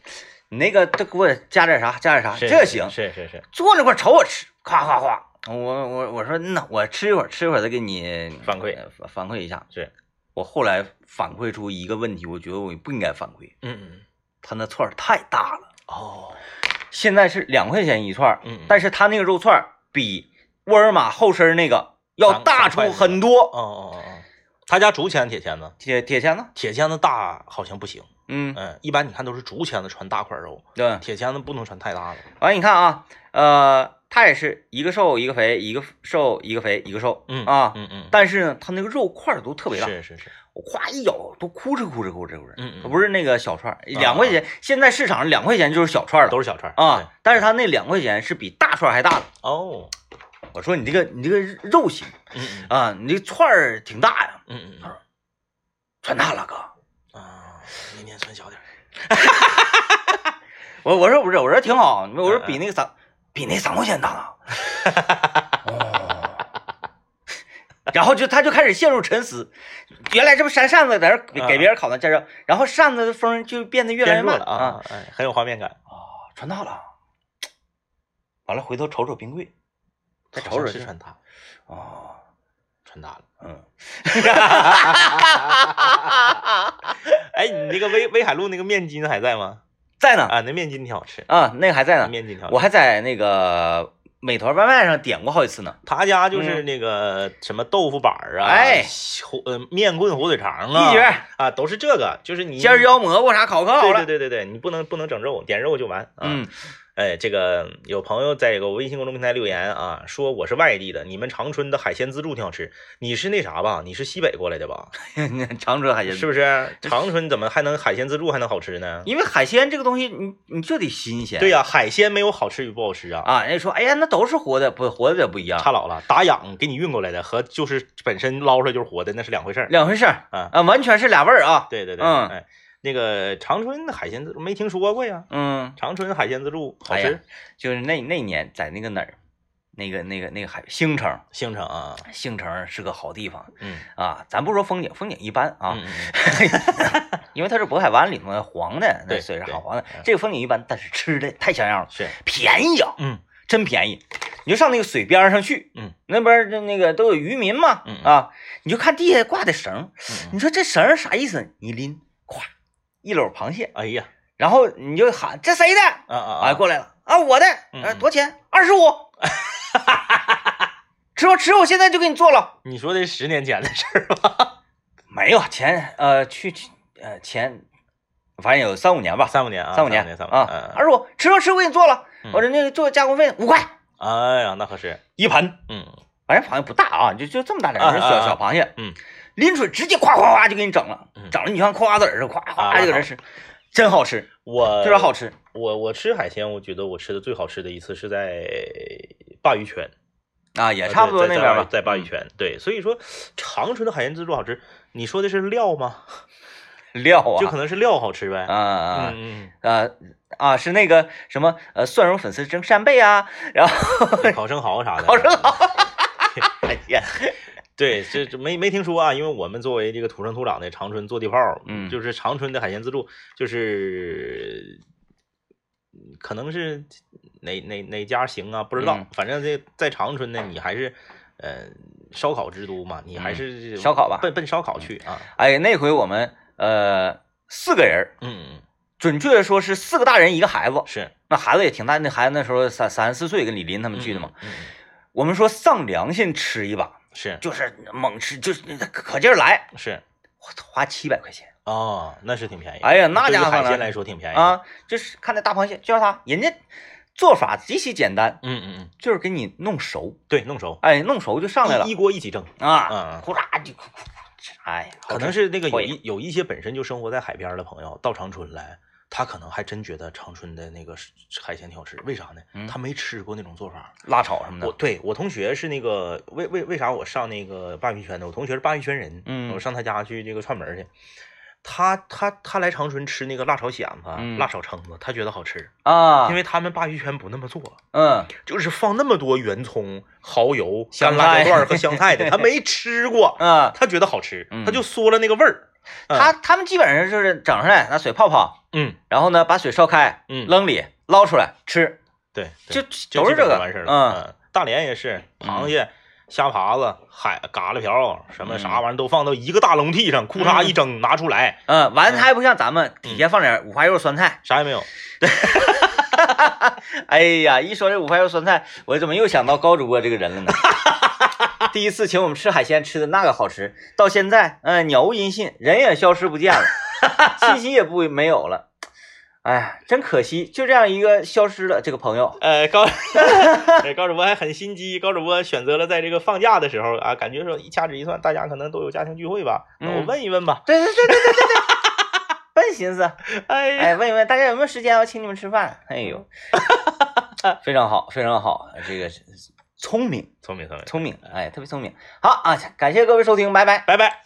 Speaker 1: 你那个再给我加点啥，加点啥，
Speaker 2: 是，
Speaker 1: 啊这行。
Speaker 2: 是是是，
Speaker 1: 坐那块儿瞅我吃，夸夸夸。我我我说嗯呐，我吃一会儿，吃一会儿再给你
Speaker 2: 反馈
Speaker 1: 呃反反馈一下。
Speaker 2: 是
Speaker 1: 我后来反馈出一个问题，我觉得我不应该反馈，
Speaker 2: 嗯嗯，
Speaker 1: 他那串儿太大了。
Speaker 2: 哦，
Speaker 1: 现在是两块钱一串儿，
Speaker 2: 嗯嗯
Speaker 1: 但是他那个肉串儿比沃尔玛后身儿那个要
Speaker 2: 三
Speaker 1: 大
Speaker 2: 三块
Speaker 1: 出
Speaker 2: 是
Speaker 1: 很
Speaker 2: 哦
Speaker 1: 多。
Speaker 2: 哦哦哦，他家竹签铁签子，
Speaker 1: 铁铁签子，
Speaker 2: 铁签子大好像不行。
Speaker 1: 嗯，
Speaker 2: 嗯，一般你看都是竹签子穿大块肉，
Speaker 1: 对。
Speaker 2: 铁签子不能穿太大了。
Speaker 1: 完，你看啊，呃，他也是一个瘦一个肥，一个瘦一个肥一个瘦，
Speaker 2: 嗯
Speaker 1: 啊，
Speaker 2: 嗯嗯，
Speaker 1: 但是呢，他那个肉块儿都特别大，
Speaker 2: 是是是，
Speaker 1: 我咵一咬都哭哧哭哧哭哧哭哧，
Speaker 2: 嗯嗯
Speaker 1: 它不是那个小串儿，两块钱，现在市场上两块钱就是小串儿了
Speaker 2: 都是小串儿
Speaker 1: 啊，但是它那两块钱是比大串儿还大的。
Speaker 2: 对哦，
Speaker 1: 我说你这个你这个肉型
Speaker 2: 嗯嗯
Speaker 1: 啊，你这串儿挺大呀，
Speaker 2: 嗯嗯
Speaker 1: 串大了哥。
Speaker 2: 嗯啊，明年存小点儿，
Speaker 1: 我我说不是，我说挺好，我说
Speaker 2: 嗯嗯
Speaker 1: 比那个三比那三块钱大
Speaker 2: [LAUGHS]
Speaker 1: 呢。哦然后就他就开始陷入沉思，原来这不扇扇子在这儿给给别人烤呢，加上然后扇子的风就变得越来越
Speaker 2: 嗯变
Speaker 1: 慢
Speaker 2: 弱了啊，哎，很有画面感，
Speaker 1: 啊，穿大了。完了，回头瞅瞅冰柜，再瞅
Speaker 2: 好
Speaker 1: 瞅
Speaker 2: 像是
Speaker 1: 这
Speaker 2: 穿搭
Speaker 1: 啊，
Speaker 2: 穿搭了。
Speaker 1: 嗯，
Speaker 2: 哎，你那个威威海路那个面筋还在吗？
Speaker 1: 在呢
Speaker 2: 啊，那面筋挺好吃，
Speaker 1: 啊，那个还在
Speaker 2: 那
Speaker 1: 呢，
Speaker 2: 面筋挺好
Speaker 1: 我
Speaker 2: 吃。
Speaker 1: 还在那个美团外卖上点过好几次呢，
Speaker 2: 他家就是那个什么豆腐板儿啊，
Speaker 1: 哎
Speaker 2: 火，呃，面棍火腿肠啊，
Speaker 1: 一绝
Speaker 2: 啊，都是这个，就是你
Speaker 1: 尖儿椒蘑菇啥烤可好
Speaker 2: 对
Speaker 1: 了
Speaker 2: 对，对对对，你不能不能整肉，点肉就完啊。
Speaker 1: 嗯，
Speaker 2: 哎，这个有朋友在这个微信公众平台留言啊，说我是外地的，你们长春的海鲜自助挺好吃。你是那啥吧？你是西北过来的吧？
Speaker 1: [LAUGHS] 长春海鲜
Speaker 2: 是不是？长春怎么还能海鲜自助还能好吃呢？
Speaker 1: 因为海鲜这个东西，你你就得新鲜。
Speaker 2: 对呀、海鲜没有好吃与不好吃啊，
Speaker 1: 啊，人家说，哎呀，那都是活的，不活的也不一样，
Speaker 2: 差老了。打养给你运过来的和就是本身捞出来就是活的那是两回事儿。
Speaker 1: 两回事儿
Speaker 2: 啊
Speaker 1: 啊，完全是俩味儿啊。
Speaker 2: 对对对，
Speaker 1: 嗯
Speaker 2: 哎，那个长春的海鲜自助没听说过呀？
Speaker 1: 嗯，
Speaker 2: 长春海鲜自助好
Speaker 1: 哎呀
Speaker 2: 吃，
Speaker 1: 就是那那年在那个哪儿，那个那个那个海兴城，
Speaker 2: 兴城啊，
Speaker 1: 兴城是个好地方
Speaker 2: 嗯
Speaker 1: 啊，咱不说风景，风景一般啊，
Speaker 2: 嗯嗯嗯
Speaker 1: 因为它是渤海湾里头的黄的，那
Speaker 2: 对
Speaker 1: 水是
Speaker 2: 对
Speaker 1: 好黄的
Speaker 2: 嗯，
Speaker 1: 这个风景一般，但是吃的太像样了，
Speaker 2: 是，
Speaker 1: 便宜啊，
Speaker 2: 嗯
Speaker 1: 真便宜。你就上那个水边上去，
Speaker 2: 嗯，
Speaker 1: 那边儿就那个都有渔民嘛，
Speaker 2: 嗯嗯
Speaker 1: 啊，你就看地下挂的绳儿，
Speaker 2: 嗯
Speaker 1: 你
Speaker 2: 嗯，
Speaker 1: 说这绳儿啥意思呢？你拎，咵，一篓螃蟹，
Speaker 2: 哎呀，
Speaker 1: 然后你就喊这谁的？
Speaker 2: 啊啊
Speaker 1: 啊，
Speaker 2: 啊，
Speaker 1: 过来了啊，我的，
Speaker 2: 嗯
Speaker 1: 呃，
Speaker 2: 嗯
Speaker 1: 多少钱？二十五。吃吧吃吧，我现在就给你做了。
Speaker 2: 你说的是十年前的事儿吧？
Speaker 1: 没有前呃去去呃前，反正有三五年吧，
Speaker 2: 三五年啊，
Speaker 1: 三五
Speaker 2: 年，
Speaker 1: 年
Speaker 2: 三五年
Speaker 1: 啊，，二十五吃吧吃吧，我给你做了。
Speaker 2: 嗯
Speaker 1: 我说那个做加工费五块
Speaker 2: 嗯哎呀，那可是，
Speaker 1: 一盆，
Speaker 2: 嗯，
Speaker 1: 反正螃蟹不大啊，就就这么大点
Speaker 2: 啊
Speaker 1: 儿，
Speaker 2: 啊
Speaker 1: 小
Speaker 2: 啊
Speaker 1: 小螃蟹。
Speaker 2: 嗯，
Speaker 1: 拎出来直接夸夸夸就给你整了
Speaker 2: 嗯，
Speaker 1: 整了你像嗑瓜子儿似的，夸
Speaker 2: 啊呃
Speaker 1: 夸就搁这吃，真好吃，
Speaker 2: 我
Speaker 1: 就是好吃。
Speaker 2: 我我吃海鲜，我觉得我吃的最好吃的一次是在鲅鱼圈，
Speaker 1: 啊，也差不多
Speaker 2: 在
Speaker 1: 那边吧，
Speaker 2: 在在鲅鱼
Speaker 1: 嗯
Speaker 2: 圈。对，所以说长春的海鲜自助好吃，你说的是料吗？
Speaker 1: 料啊，
Speaker 2: 就可能是料好吃呗。
Speaker 1: 啊啊
Speaker 2: 嗯
Speaker 1: 啊啊，是那个什么呃蒜蓉粉丝蒸扇贝啊，然后 [LAUGHS]
Speaker 2: 嗯，烤生蚝啥的。
Speaker 1: 烤生蚝。哎呀，
Speaker 2: 对，这这没没听说啊，因为我们作为这个土生土长的长春坐地炮，
Speaker 1: 嗯
Speaker 2: 就是长春的海鲜自助，就是嗯可能是哪哪哪家行啊，不知道，
Speaker 1: 嗯
Speaker 2: 反正这在长春呢，你还是呃烧烤之都嘛，你还是、
Speaker 1: 嗯烧烤吧
Speaker 2: 奔奔烧烤去啊，
Speaker 1: 哎呀，那回我们呃四个人儿，
Speaker 2: 嗯嗯
Speaker 1: 准确的说是四个大人一个孩子
Speaker 2: 嗯，，是
Speaker 1: 那孩子也挺大，那孩子那时候三三四岁，跟李林他们去的嘛。，
Speaker 2: 嗯嗯
Speaker 1: 我们说丧良心吃一把，
Speaker 2: 嗯是
Speaker 1: 就是猛吃，就是那个可劲儿来，
Speaker 2: 是
Speaker 1: 我操花七百块钱
Speaker 2: 哦，那是挺便宜的，
Speaker 1: 哎呀那
Speaker 2: 对于
Speaker 1: 家伙
Speaker 2: 海
Speaker 1: 呢
Speaker 2: 鲜来说挺便宜的，
Speaker 1: 啊，就是看那大螃蟹，就要它，人家做法极其简单，
Speaker 2: 嗯嗯嗯，
Speaker 1: 就是给你弄熟，
Speaker 2: 对，弄熟，
Speaker 1: 哎，弄熟就上来了
Speaker 2: 一一锅一起蒸。
Speaker 1: 啊
Speaker 2: 嗯，
Speaker 1: 呼啦就哭哭，哎呀，
Speaker 2: 可能是那个有
Speaker 1: 会
Speaker 2: 一有一些本身就生活在海边儿的朋友到长春来，他可能还真觉得长春的那个是海鲜挺好吃，为啥呢？
Speaker 1: 嗯
Speaker 2: 他没吃过那种做法。
Speaker 1: 辣炒什么
Speaker 2: 我
Speaker 1: 的，
Speaker 2: 对我同学是那个为为为啥我上那个鲅鱼圈呢？我同学是鲅鱼圈人，
Speaker 1: 嗯
Speaker 2: 我上他家去这个串门儿去。他他他来长春吃那个辣炒蚬子、
Speaker 1: 嗯
Speaker 2: 辣炒蛏子，他觉得好吃，
Speaker 1: 啊，
Speaker 2: 因
Speaker 1: 为
Speaker 2: 为他们鲅鱼圈不那么做，
Speaker 1: 嗯，
Speaker 2: 就是放那么多圆葱、蚝油、
Speaker 1: 香菜
Speaker 2: 干辣椒段儿和香菜的，他没吃
Speaker 1: [LAUGHS]
Speaker 2: 过，
Speaker 1: 啊，
Speaker 2: 他觉得好吃，
Speaker 1: 嗯
Speaker 2: 他就缩了那个味儿。嗯
Speaker 1: 他他们基本上就是整上来拿水泡泡，
Speaker 2: 嗯，
Speaker 1: 然后呢把水烧开，
Speaker 2: 嗯
Speaker 1: 扔里捞出来吃，
Speaker 2: 对，
Speaker 1: 就
Speaker 2: 对就
Speaker 1: 都是
Speaker 2: 基本
Speaker 1: 这个，
Speaker 2: 就完事儿
Speaker 1: 嗯，
Speaker 2: 了。嗯，大连也是，螃蟹、虾爬子、海蛤蜊瓢什么啥玩意儿都放到一个大笼屉上，库嚓一蒸拿出来，
Speaker 1: 嗯，完它还不像咱们
Speaker 2: 嗯
Speaker 1: 底下放点五花肉酸菜，
Speaker 2: 啥也没有。
Speaker 1: [LAUGHS] 哎呀，一说这五花肉酸菜，我怎么又想到高主播这个人了 [LAUGHS] 呢？第一次请我们吃海鲜，吃的那个好吃，到现 [LAUGHS] 在，嗯、杳无音信，人也消失不见了，信息也不没有了。哎，真可惜，就这样一个消失了这个朋友。
Speaker 2: [LAUGHS] 呃，高 [LAUGHS] 呃高主播还很心机，高主播选择了在这个放假的时候啊，感觉说一掐指一算，大家可能都有家庭聚会吧，那我
Speaker 1: 嗯
Speaker 2: 问一问吧。
Speaker 1: 对对对对对对 [LAUGHS] 对，笨寻思，
Speaker 2: 哎呀，
Speaker 1: 哎，问一问大家有没有时间，我请你们吃饭。哎 [LAUGHS] 呦，非常好，非常好，这个是聪明，
Speaker 2: 聪明聪明，
Speaker 1: 聪明，哎，特别聪明。好啊，感谢各位收听，拜拜。
Speaker 2: 拜拜。